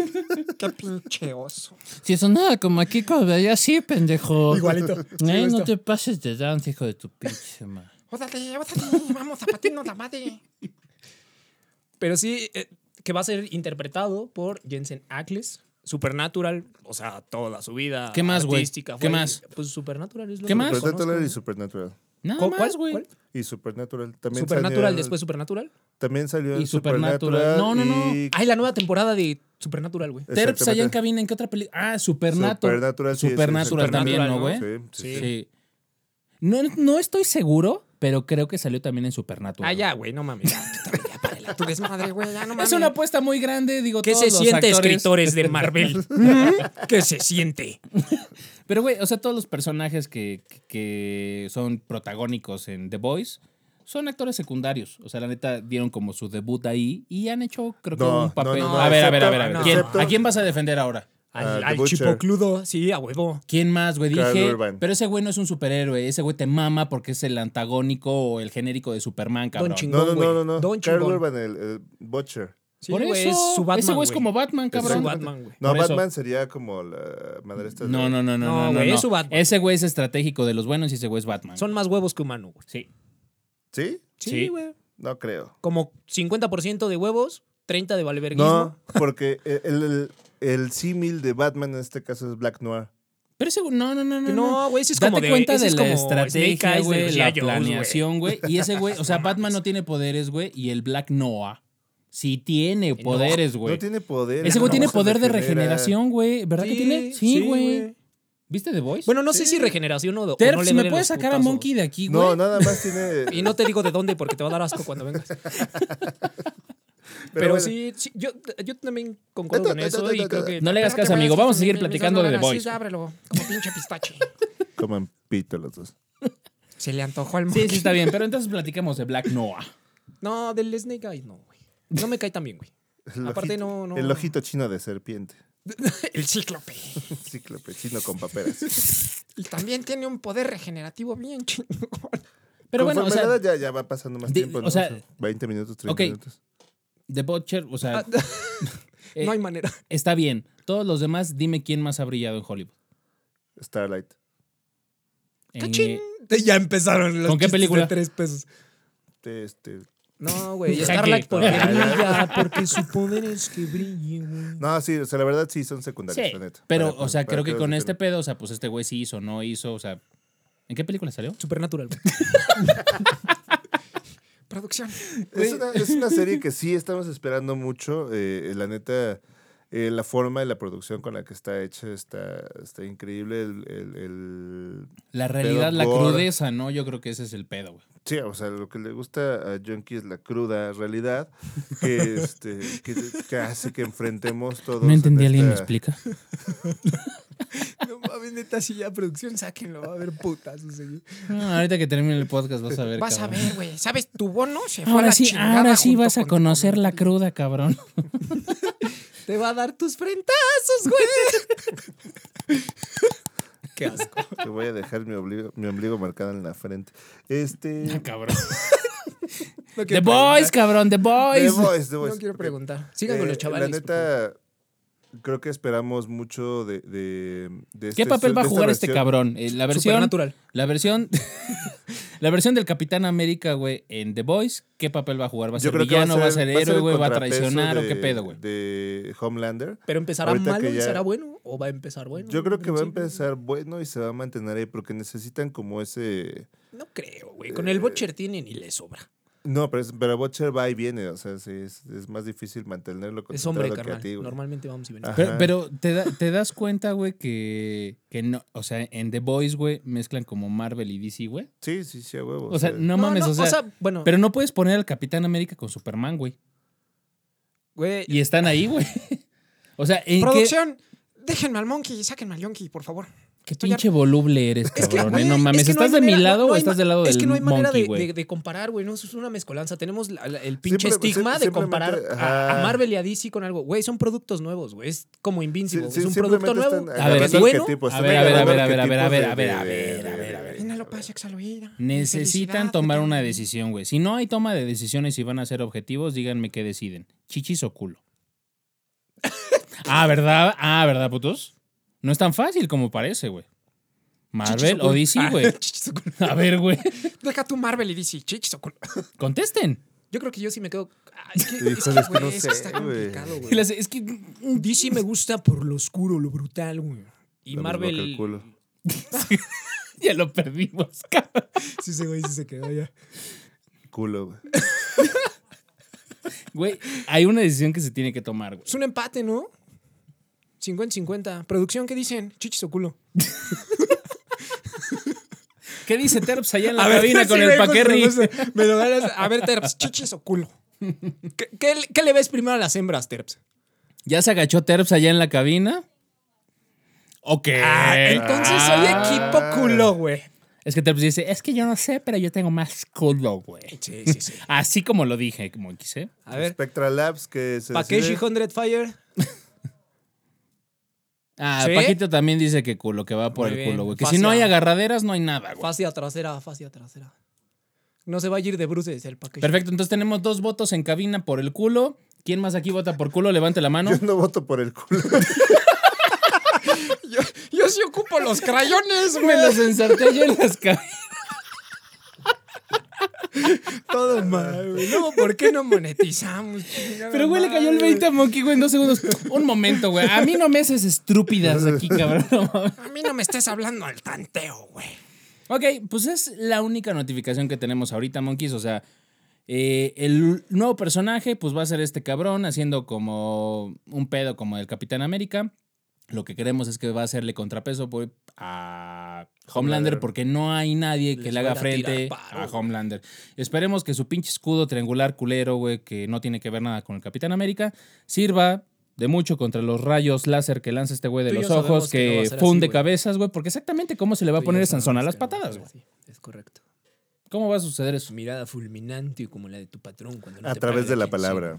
Qué pinche oso. Si sonaba como aquí, como ya sí, pendejo. Igualito. Ay, no te pases de danza, hijo de tu pinche madre. Ódale, ódale, vamos a patirnos la madre. Pero sí, eh, que va a ser interpretado por Jensen Ackles. Supernatural, o sea, toda su vida. ¿Qué más, güey? artística ¿Qué fue- más? Pues Supernatural es lo ¿Qué que más? conozco, Supernatural güey. y Supernatural. Nada ¿Cu- más, güey. cuál? Y Supernatural. También Supernatural, salió- después Supernatural. También salió Y en Supernatural. Supernatural. No, no, no. y- Ay, la nueva temporada de Supernatural, güey. Terps allá en Exactamente. cabina, ¿en qué otra película? Ah, Supernatural. Supernatural, sí, sí, Supernatural Supernatural, también, ¿no, ¿no? güey? Sí, sí, Sí. No, no estoy seguro pero creo que salió también en Supernatural. Ah, ya, güey, no mames. Ya, párale, tu desmadre, güey, ya no mames. Es una apuesta muy grande, digo, ¿Qué todos se los siente, actores- escritores de Marvel? ¿Mm? ¿Qué se siente? Pero, güey, o sea, todos los personajes que, que son protagónicos en The Voice son actores secundarios. O sea, la neta, dieron como su debut ahí y han hecho, creo que, No, un no, papel. no, no, a, ver, a ver, a ver, a ver. excepto- ¿Quién- excepto- ¿A quién vas a defender ahora? Ah, Al, The al Butcher. chipocludo, sí, a huevo. ¿Quién más, güey? Carl Dije, Urban. pero ese güey no es un superhéroe. Ese güey te mama porque es el antagónico o el genérico de Superman, cabrón. chingón. No, no, güey. no, no, no. Don Carl chingón. Urban, el, el Butcher. Sí, Por güey, eso, es su Batman, ese güey es como Batman, Es su cabrón. Batman, güey. No, Por eso. Batman sería como la madre esta de- No, no, no, no, No, no, no. güey, no. es su Batman. Ese güey es estratégico de los buenos y ese güey es Batman. Son más huevos que humano, güey. Sí. ¿Sí? Sí. Sí, güey. No creo. Como 50% de huevos, 30% de valverguismo. No, porque e-, el, el, el símil de Batman en este caso es Black Noir. Pero ese güey, no, no, no, no. Que no. No, güey, ese es Date como de... cuenta ese de es la como Snake estrategia, Eyes de güey, los la G.I. Joes, güey. planeación, güey. Y ese güey, o sea, Batman no tiene poderes, güey. Y el Black Noah sí tiene poderes, güey. No tiene poder. ese güey no tiene se poder de regenera. regeneración, güey. ¿Verdad que Sí, tiene? Sí, sí, güey. güey. ¿Viste The Voice? Bueno, no sé si regeneración o, o Terps, no le si me duelen puedes los sacar a putazos. Monkey de aquí, güey. No, nada más tiene. Y no te digo de dónde porque te va a dar asco cuando vengas. Pero, bueno. sí, sí, yo, yo también concuerdo con eso y creo que... No le hagas Pero caso, que amigo. vayas Vamos a con seguir mis- mis platicando de The novelas, sí, Voice. ábrelo, como pinche pistache. Coman pito los dos. Se le antojó al Sí, monkey. sí, está bien. Pero entonces platicamos de Black Noah. No, del Snake Eyes no, güey. No me cae tan bien, güey. El Aparte, ojito- no, no. El ojito chino de serpiente. El cíclope. Cíclope chino con paperas. Y también tiene un poder regenerativo bien chingón. Pero bueno, Conforme o sea, la edad ya, ya va pasando más de- tiempo. o ¿no? sea, 20 minutos, 30 ok. minutos. The Butcher, o sea, eh, No Ah, hay manera. está bien. Todos los demás, dime quién más ha brillado en Hollywood. Starlight. Eh, ¡Cachín! Ya empezaron los ¿Con qué chistes película? de tres pesos. Este. No, güey. Jaque. Starlight porque Ah, brilla, porque su poder es que brille, güey. No, sí, o sea, la verdad sí son secundarios, Sí, la neta. pero, Para- o sea, para- creo para que con los este entiendan. pedo, o sea, pues este güey sí hizo, no hizo, o sea. ¿En qué película salió? Supernatural, güey. Producción. Es una, es una serie que sí estamos esperando mucho. eh, la neta, eh, la forma y la producción con la que está hecha está, está increíble. El, el- el- La realidad, la gore. crudeza, ¿no? Yo creo que ese es el pedo, güey. Sí, o sea, lo que le gusta a Junkie es la cruda realidad que, este, que, que hace que enfrentemos todos. No entendí, en este alguien me esta- explica. No mames, neta, si ya producción, sáquenlo. Va a haber putas. No, ahorita que termine el podcast vas a ver. Vas a cabrón. ver, güey. ¿Sabes? Tu bono se fue a Ahora la sí, chingada ahora sí junto vas a con tu conocer la comentario. cruda, cabrón. Te va a dar tus frentazos, güey. Qué asco. Te voy a dejar mi obligo, mi ombligo marcado en la frente. Este. cabrón. No The quiero preguntar, Boys, cabrón, The The Boys. Boys, The Boys. No este, quiero Ok. preguntar. Sigan Eh, con los chavales. La neta, creo que esperamos mucho de. de- de ¿Qué este- papel va a de esta jugar este versión. cabrón? Eh, la versión. Supernatural. La versión. la versión del Capitán América, güey, en The Boys. ¿Qué papel va a jugar? ¿Va a Yo ser creo que va villano? ¿Va a ser va héroe, el güey? ¿Va a contrapeso traicionar o de- qué pedo, güey? De Homelander. Pero empezará Ahorita malo que y ya- será bueno. ¿O va a empezar bueno? pues, Yo creo al que va a principio? empezar bueno y se va a mantener ahí porque necesitan como ese. No creo, güey. Con Eh, el Butcher tienen y le sobra. No, pero, es- pero Butcher va y viene, o sea, sí, es, es más difícil mantenerlo con Es hombre, carnal. Normalmente vamos y venimos. Ajá. Pero, pero te, da- te das cuenta, güey, que, que no. O sea, en The Boys, güey, mezclan como Marvel y DC, güey. Sí, sí, sí, a huevo. O sea, no mames, o, sea, bueno, Pero no puedes poner al Capitán América con Superman, güey. güey, Y están ahí, güey. O sea, ¿en qué, Producción, déjenme al monkey y sáquenme al yonky, por favor. qué estoy pinche voluble eres, Es que, cabrón? eh? güey, no es mames, que no hay ¿estás de mi manera, lado no o hay estás ma- del lado Es que del no hay manera monkey, de, güey? de- de comparar, güey. No, eso es una mezcolanza. Tenemos la- la- el pinche Simple- estigma sim- de comparar pues, simplemente, a, a ajá. Marvel y a DC con algo. Güey, son productos nuevos, güey. Es como Sí, Invincible. sí, es un simplemente producto nuevo. están A ver, es sí. agarrando bueno. arquetipos, A están ver, a ver, a ver, a ver, a ver, a ver, agarrando a ver, a ver, a arquetipos de- ver, a de- ver. Inhalo paz, exhalo ira. Necesitan Felicidad, tomar una detén- decisión, güey. Si no hay toma de decisiones y van a ser objetivos, díganme qué deciden. ¿Chichis o culo? ah, ¿verdad? Ah, ¿verdad, putos? No es tan fácil como parece, güey. Marvel o culo. DC, güey. Chichis o culo. A ver, güey. Deja tu Marvel y DC, chichis o culo. Contesten. Yo creo que yo sí me quedo. Ah, Es que, es que, Híjole, es que no güey, es que sé, está güey. complicado, Y güey. las- Es que DC me gusta por lo oscuro, lo brutal, güey. Y Lo mismo que el Marvel. culo. ya lo perdimos, cabrón. Sí, ese güey sí se quedó ya. Culo, güey. Güey, hay una decisión que se tiene que tomar, güey. Es un empate, ¿no? 50-50. Producción, ¿qué dicen? Chichis o culo. ¿Qué dice Terps allá en la A ver, cabina sí, con güey, el justo, paquerri? justo. Me lo ganas. A ver, Terps, chichis o culo. ¿Qué, qué, le- qué le ves primero a las hembras, Terps? ¿Ya se agachó Terps allá en la cabina? Ok. Ah, Eh, entonces soy equipo culo, güey. Es que Terps dice, es que yo no sé, pero yo tengo más culo, güey. Sí, sí, sí. Así como lo dije, Monkeys, ¿eh? A ver, Spectra Labs que se Pakeshi decide- 100 Fire. Ah, ¿Sí? Paquito también dice que culo, que va por Muy el bien. culo, güey. Que si Fascia. no hay agarraderas, no hay nada, güey. Fascia trasera, fascia trasera. No se va a ir de bruces el Pakeshi. Perfecto, entonces tenemos dos votos en cabina por el culo. ¿Quién más aquí vota por culo? Levante la mano. Yo no voto por el culo. Yo sí ocupo los crayones, Me los ensarté yo en las cabinas. Todo mal, güey. No, ¿por qué no monetizamos? Pero, güey, le cayó el 20 a Monkey, güey, en dos segundos. Un momento, güey. A mí no me haces estúpidas aquí, cabrón. No mames. A mí no me estés hablando al tanteo, güey. Ok, pues es la única notificación que tenemos ahorita, Monkeys. O sea, eh, el nuevo personaje, pues va a ser este cabrón haciendo como un pedo como el Capitán América. Lo que queremos es que va a hacerle contrapeso pues, a Homelander Homelander. porque no hay nadie que Les le haga van a tirar frente paro, a güey. Homelander. Esperemos que su pinche escudo triangular culero, güey, que no tiene que ver nada con el Capitán América, sirva de mucho contra los rayos láser que lanza este güey de Tú y los yo sabemos ojos, que no va a que ser así, funde güey. cabezas, güey, porque exactamente cómo se le va a poner esa Sansón a las patadas, güey. Es correcto. ¿Cómo va a suceder eso? Su mirada fulminante como la de tu patrón cuando no A te través paga de la atención. palabra.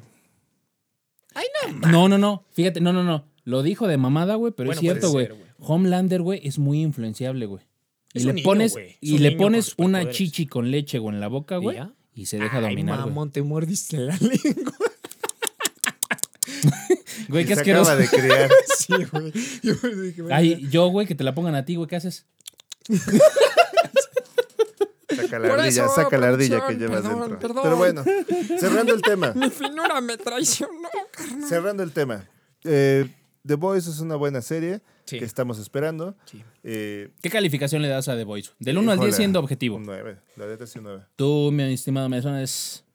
No, no, no. Fíjate, no, no, no. Lo dijo de mamada, güey, pero es Bueno, cierto, puede güey. ser, Homelander, güey, es muy influenciable, güey. Y Es le un niño, pones, güey. Es y un le niño con pones una superpoderes. chichi con leche, güey, en la boca, ¿Y güey. ya? Y se deja Ay, dominar, güey. mamón, te mordiste la lengua. Güey, Y qué se asqueroso. acaba de crear. Sí, güey. Yo dije, bueno, Ay, yo, güey, que te la pongan a ti, güey, ¿qué haces? Saca la Por ardilla, eso, saca la ardilla que producción, llevas perdón, dentro. perdón. Pero bueno, cerrando el tema. Mi finura me traicionó. Cerrando el tema. Eh, The Boys es una buena serie Sí. que estamos esperando. Sí. Eh, ¿Qué calificación le das a The Voice? Del 1 al 10 híjole, siendo objetivo. Un 9. La neta sí, un 9. Tú, mi estimado Mesón, es...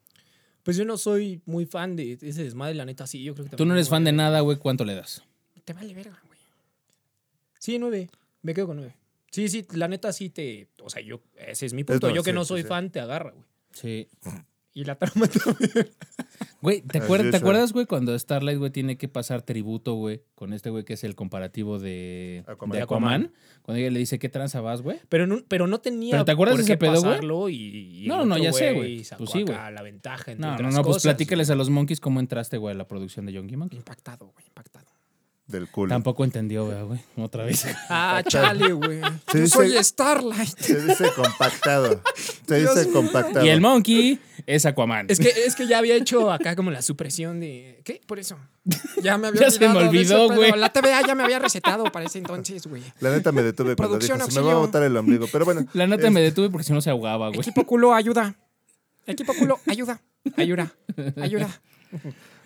Pues yo no soy muy fan de ese desmadre, la neta, sí. Yo creo que Tú no eres fan de nada, güey, ¿cuánto le das? Te vale verga, güey. Sí, nueve. Me quedo con nueve. Sí, sí, la neta sí te. O sea, yo. Ese es mi punto. no, yo que sí, no sí, soy sí. fan te agarra, güey. Sí. Y la trama también. Güey, ¿te, As acuer- ¿te usual. acuerdas, güey, cuando Starlight, güey, tiene que pasar tributo, güey, con este güey que es el comparativo de de Aquaman? Aquaman. Cuando ella le dice, ¿qué tranza vas, güey? Pero no, pero no tenía. ¿Pero te acuerdas por de ese qué pedo, güey? pasarlo Y, y No, el no, otro ya sé, güey. sacó Pues sí, acá güey. La ventaja. entre No, no, otras no, pues cosas. platícales a los monkeys cómo entraste, güey, a la producción de Young Monkey. Impactado, güey, impactado. Del culo. Tampoco entendió, güey, güey, otra vez. Ah, chale, güey. Se Yo dice- soy Starlight. Se dice compactado. Se dice compactado. y el monkey es Aquaman. Es que, es que ya había hecho acá como la supresión de. ¿Qué? Por eso. Ya me había Ya se me olvidado de ese olvidó, pedo. güey. La TVA ya me había recetado para ese entonces, güey. La neta me detuve cuando dijo, Producción, se me va a auxilio. botar el ombligo. Pero bueno, La neta me detuve porque si no se ahogaba, Ah, güey. Equipo culo, ayuda. Equipo culo, ayuda. Ayuda. Ayuda.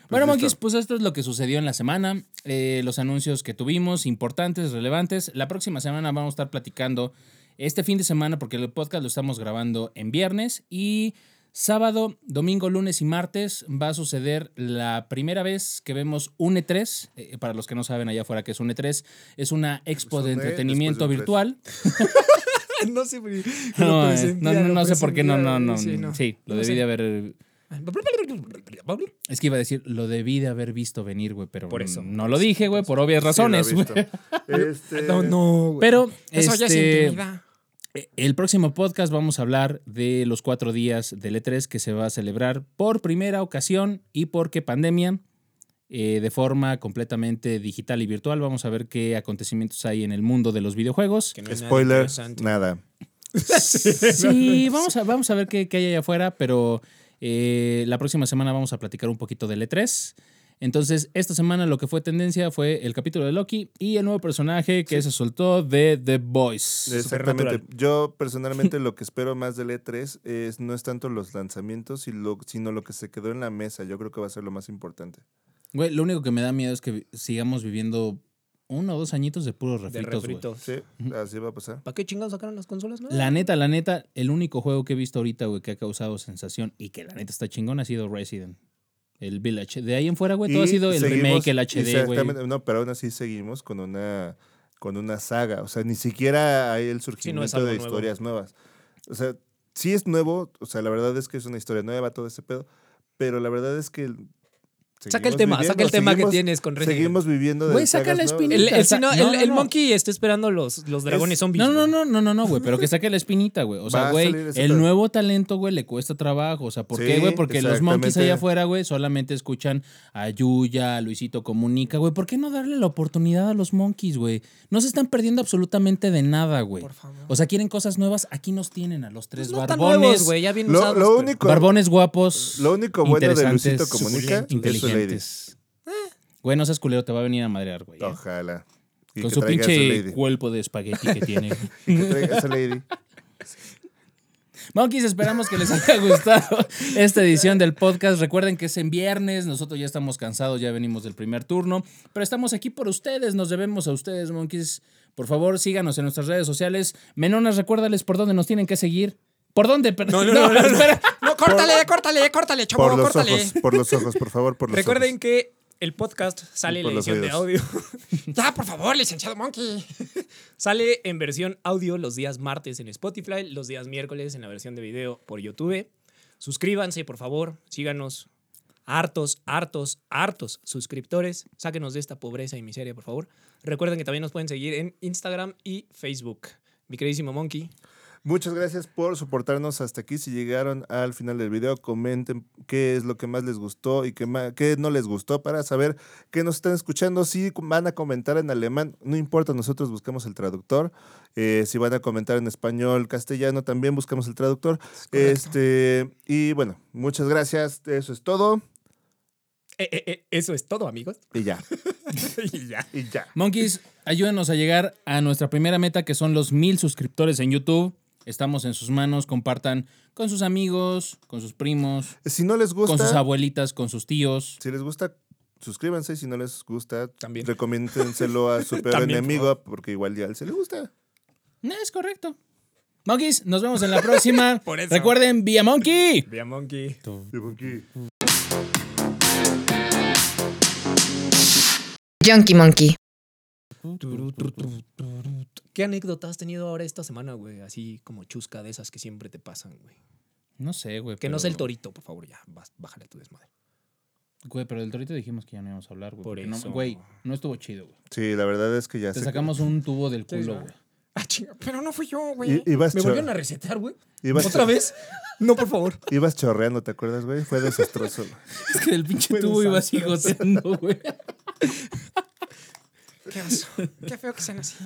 Bueno, listo. monkeys, pues esto es lo que sucedió en la semana. Eh, los anuncios que tuvimos, importantes, relevantes. La próxima semana vamos a estar platicando este fin de semana, porque el podcast lo estamos grabando en viernes y sábado, domingo, lunes y martes va a suceder la primera vez que vemos UNE 3. Eh, para los que no saben allá afuera que es UNE 3, es una expo Es de UNE, entretenimiento después E de un virtual. No sé, güey. Lo No, eh, presentía, no, no, lo no sé por qué, no, no, presentía, no. sí, no. Sí, lo No debí sé. de haber. eh, Es que iba a decir, lo debí de haber visto venir, güey, pero Por eso. no lo dije, güey, por obvias sí lo he razones. güey. visto. Este, No, no, güey. Pero Eso ya es este, intimidad. el próximo podcast vamos a hablar de los cuatro días del E3 que se va a celebrar por primera ocasión y porque pandemia, eh, de forma completamente digital y virtual. Vamos a ver qué acontecimientos hay en el mundo de los videojuegos. Spoiler, nada. Sí, vamos a, vamos a ver qué, qué hay allá afuera, pero eh, la próxima semana vamos a platicar un poquito del E3. Entonces, esta semana lo que fue tendencia fue el capítulo de Loki y el nuevo personaje que se soltó de The Boys. este. Exactamente. Yo personalmente lo que espero más del E3 es no es tanto los lanzamientos, y lo- sino lo que se quedó en la mesa. Yo creo que va a ser lo más importante. Güey, lo único que me da miedo es que vi- sigamos viviendo uno o dos añitos de puros De refritos, güey. refritos. Sí, así va a pasar. ¿Para qué chingados sacaron las consolas? no? La neta, la neta, el único juego que he visto ahorita, güey, que ha causado sensación y que la neta está chingón ha sido Resident. El Village. De ahí en fuera, Pues, güey, todo ha Y sido el seguimos- remake, el HD, güey. exactamente, No, pero aún así seguimos con una, con una saga. O sea, ni siquiera hay el surgimiento algo de nuevo. historias nuevas. O sea, sí es nuevo, o sea, la verdad es que es una historia nueva, todo ese pedo, pero la verdad es que... Saca el seguimos tema, saca el tema que seguimos- tienes con Resident Evil. Seguimos viviendo de Güey, saca sagas la nuevas. espinita. El, el- si no, No, el- no, el no. Eh, monkey está esperando los, los dragones Es- zombies. No, no, güey. no, no, no, no, güey, pero que saque la espinita, güey. O Va sea, a güey, salir ese el pedo. nuevo talento, güey, le cuesta trabajo. O sea, ¿por qué, Sí, güey? Porque los monkeys exactamente. allá afuera, güey, solamente escuchan a Yuya, a Luisito Comunica, güey. ¿Por qué no darle la oportunidad a los monkeys, güey? No se están perdiendo absolutamente de nada, güey. Por favor. O sea, quieren cosas nuevas. Aquí nos tienen a los tres Pues no tan nuevos, barbones, güey, ya bien Lo, usados, lo pero- único, Barbones guapos. lo único bueno de interesantes, Luisito Comunica es su lady. inteligentes. Eh. Güey, no seas culero, te va a venir a madrear, güey. ¿eh? Ojalá. Oh, Y Con que su traiga a pinche lady. cuerpo de espagueti que tiene. güey. Y que traiga a su lady. Monkeys, esperamos que les haya gustado esta edición del podcast. Recuerden que es en viernes, nosotros ya estamos cansados, ya venimos del primer turno, pero estamos aquí por ustedes, nos debemos a ustedes, Monkeys. Por favor, síganos en nuestras redes sociales. Menonas, recuérdales por dónde nos tienen que seguir. ¿Por dónde? Perdón. No, espera. No, córtale, córtale, córtale, chavo, Por los córtale. ojos, por los ojos, por favor, por los Recuerden ojos. que el podcast sale Y en por la los edición de audio. oídos. Ya, por favor, licenciado Monkey. sale en versión audio los días martes en Spotify, los días miércoles en la versión de video por YouTube. Suscríbanse, por favor, síganos. Hartos, hartos, hartos suscriptores. Sáquenos de esta pobreza y miseria, por favor. Recuerden que también nos pueden seguir en Instagram y Facebook. Mi queridísimo Monkey. Muchas gracias por soportarnos hasta aquí. Si llegaron al final del video, comenten qué es lo que más les gustó y qué, ma- qué no les gustó para saber qué nos están escuchando. Si van a comentar en alemán, no importa, nosotros buscamos el traductor. Eh, si van a comentar en español, castellano, también buscamos el traductor. este Y bueno, muchas gracias. Eso es todo. Eh, eh, eh, eso es todo, amigos. Y ya, y ya. y ya. Monkeys, ayúdenos a llegar a nuestra primera meta, que son los mil suscriptores en YouTube. Estamos en sus manos, compartan con sus amigos, con sus primos, Si no les gusta, con sus abuelitas, con sus tíos. si les gusta, suscríbanse. Si no les gusta, También. recomiéndenselo a su peor También, por enemigo, porque igual ya a él se le gusta. No, es correcto. Monkeys, nos vemos en la próxima. Por eso. Recuerden, Vía Monkey. Vea, Monkey. Junkie Monkey. ¿Qué anécdota has tenido ahora esta semana, güey? Así como chusca de esas que siempre te pasan, güey. No sé, güey. Que no sea el torito. torito, por favor, ya. bas- Bájale a tu desmadre. Güey, pero del torito dijimos que ya no íbamos a hablar, güey. Por porque eso. No, güey, no estuvo chido, güey. Sí, la verdad es que ya Te se- sacamos un tubo del culo, güey. Ah, chinga, pero no fui yo, güey. I- ibas, ¿Me chor- volvieron a recetar, güey? ibas ¿Otra chor- vez? No, por favor. ibas chorreando, ¿te acuerdas, güey? Fue desastroso. Es que del pinche tubo iba así goceando, güey. Qué oso. Qué feo que sean así.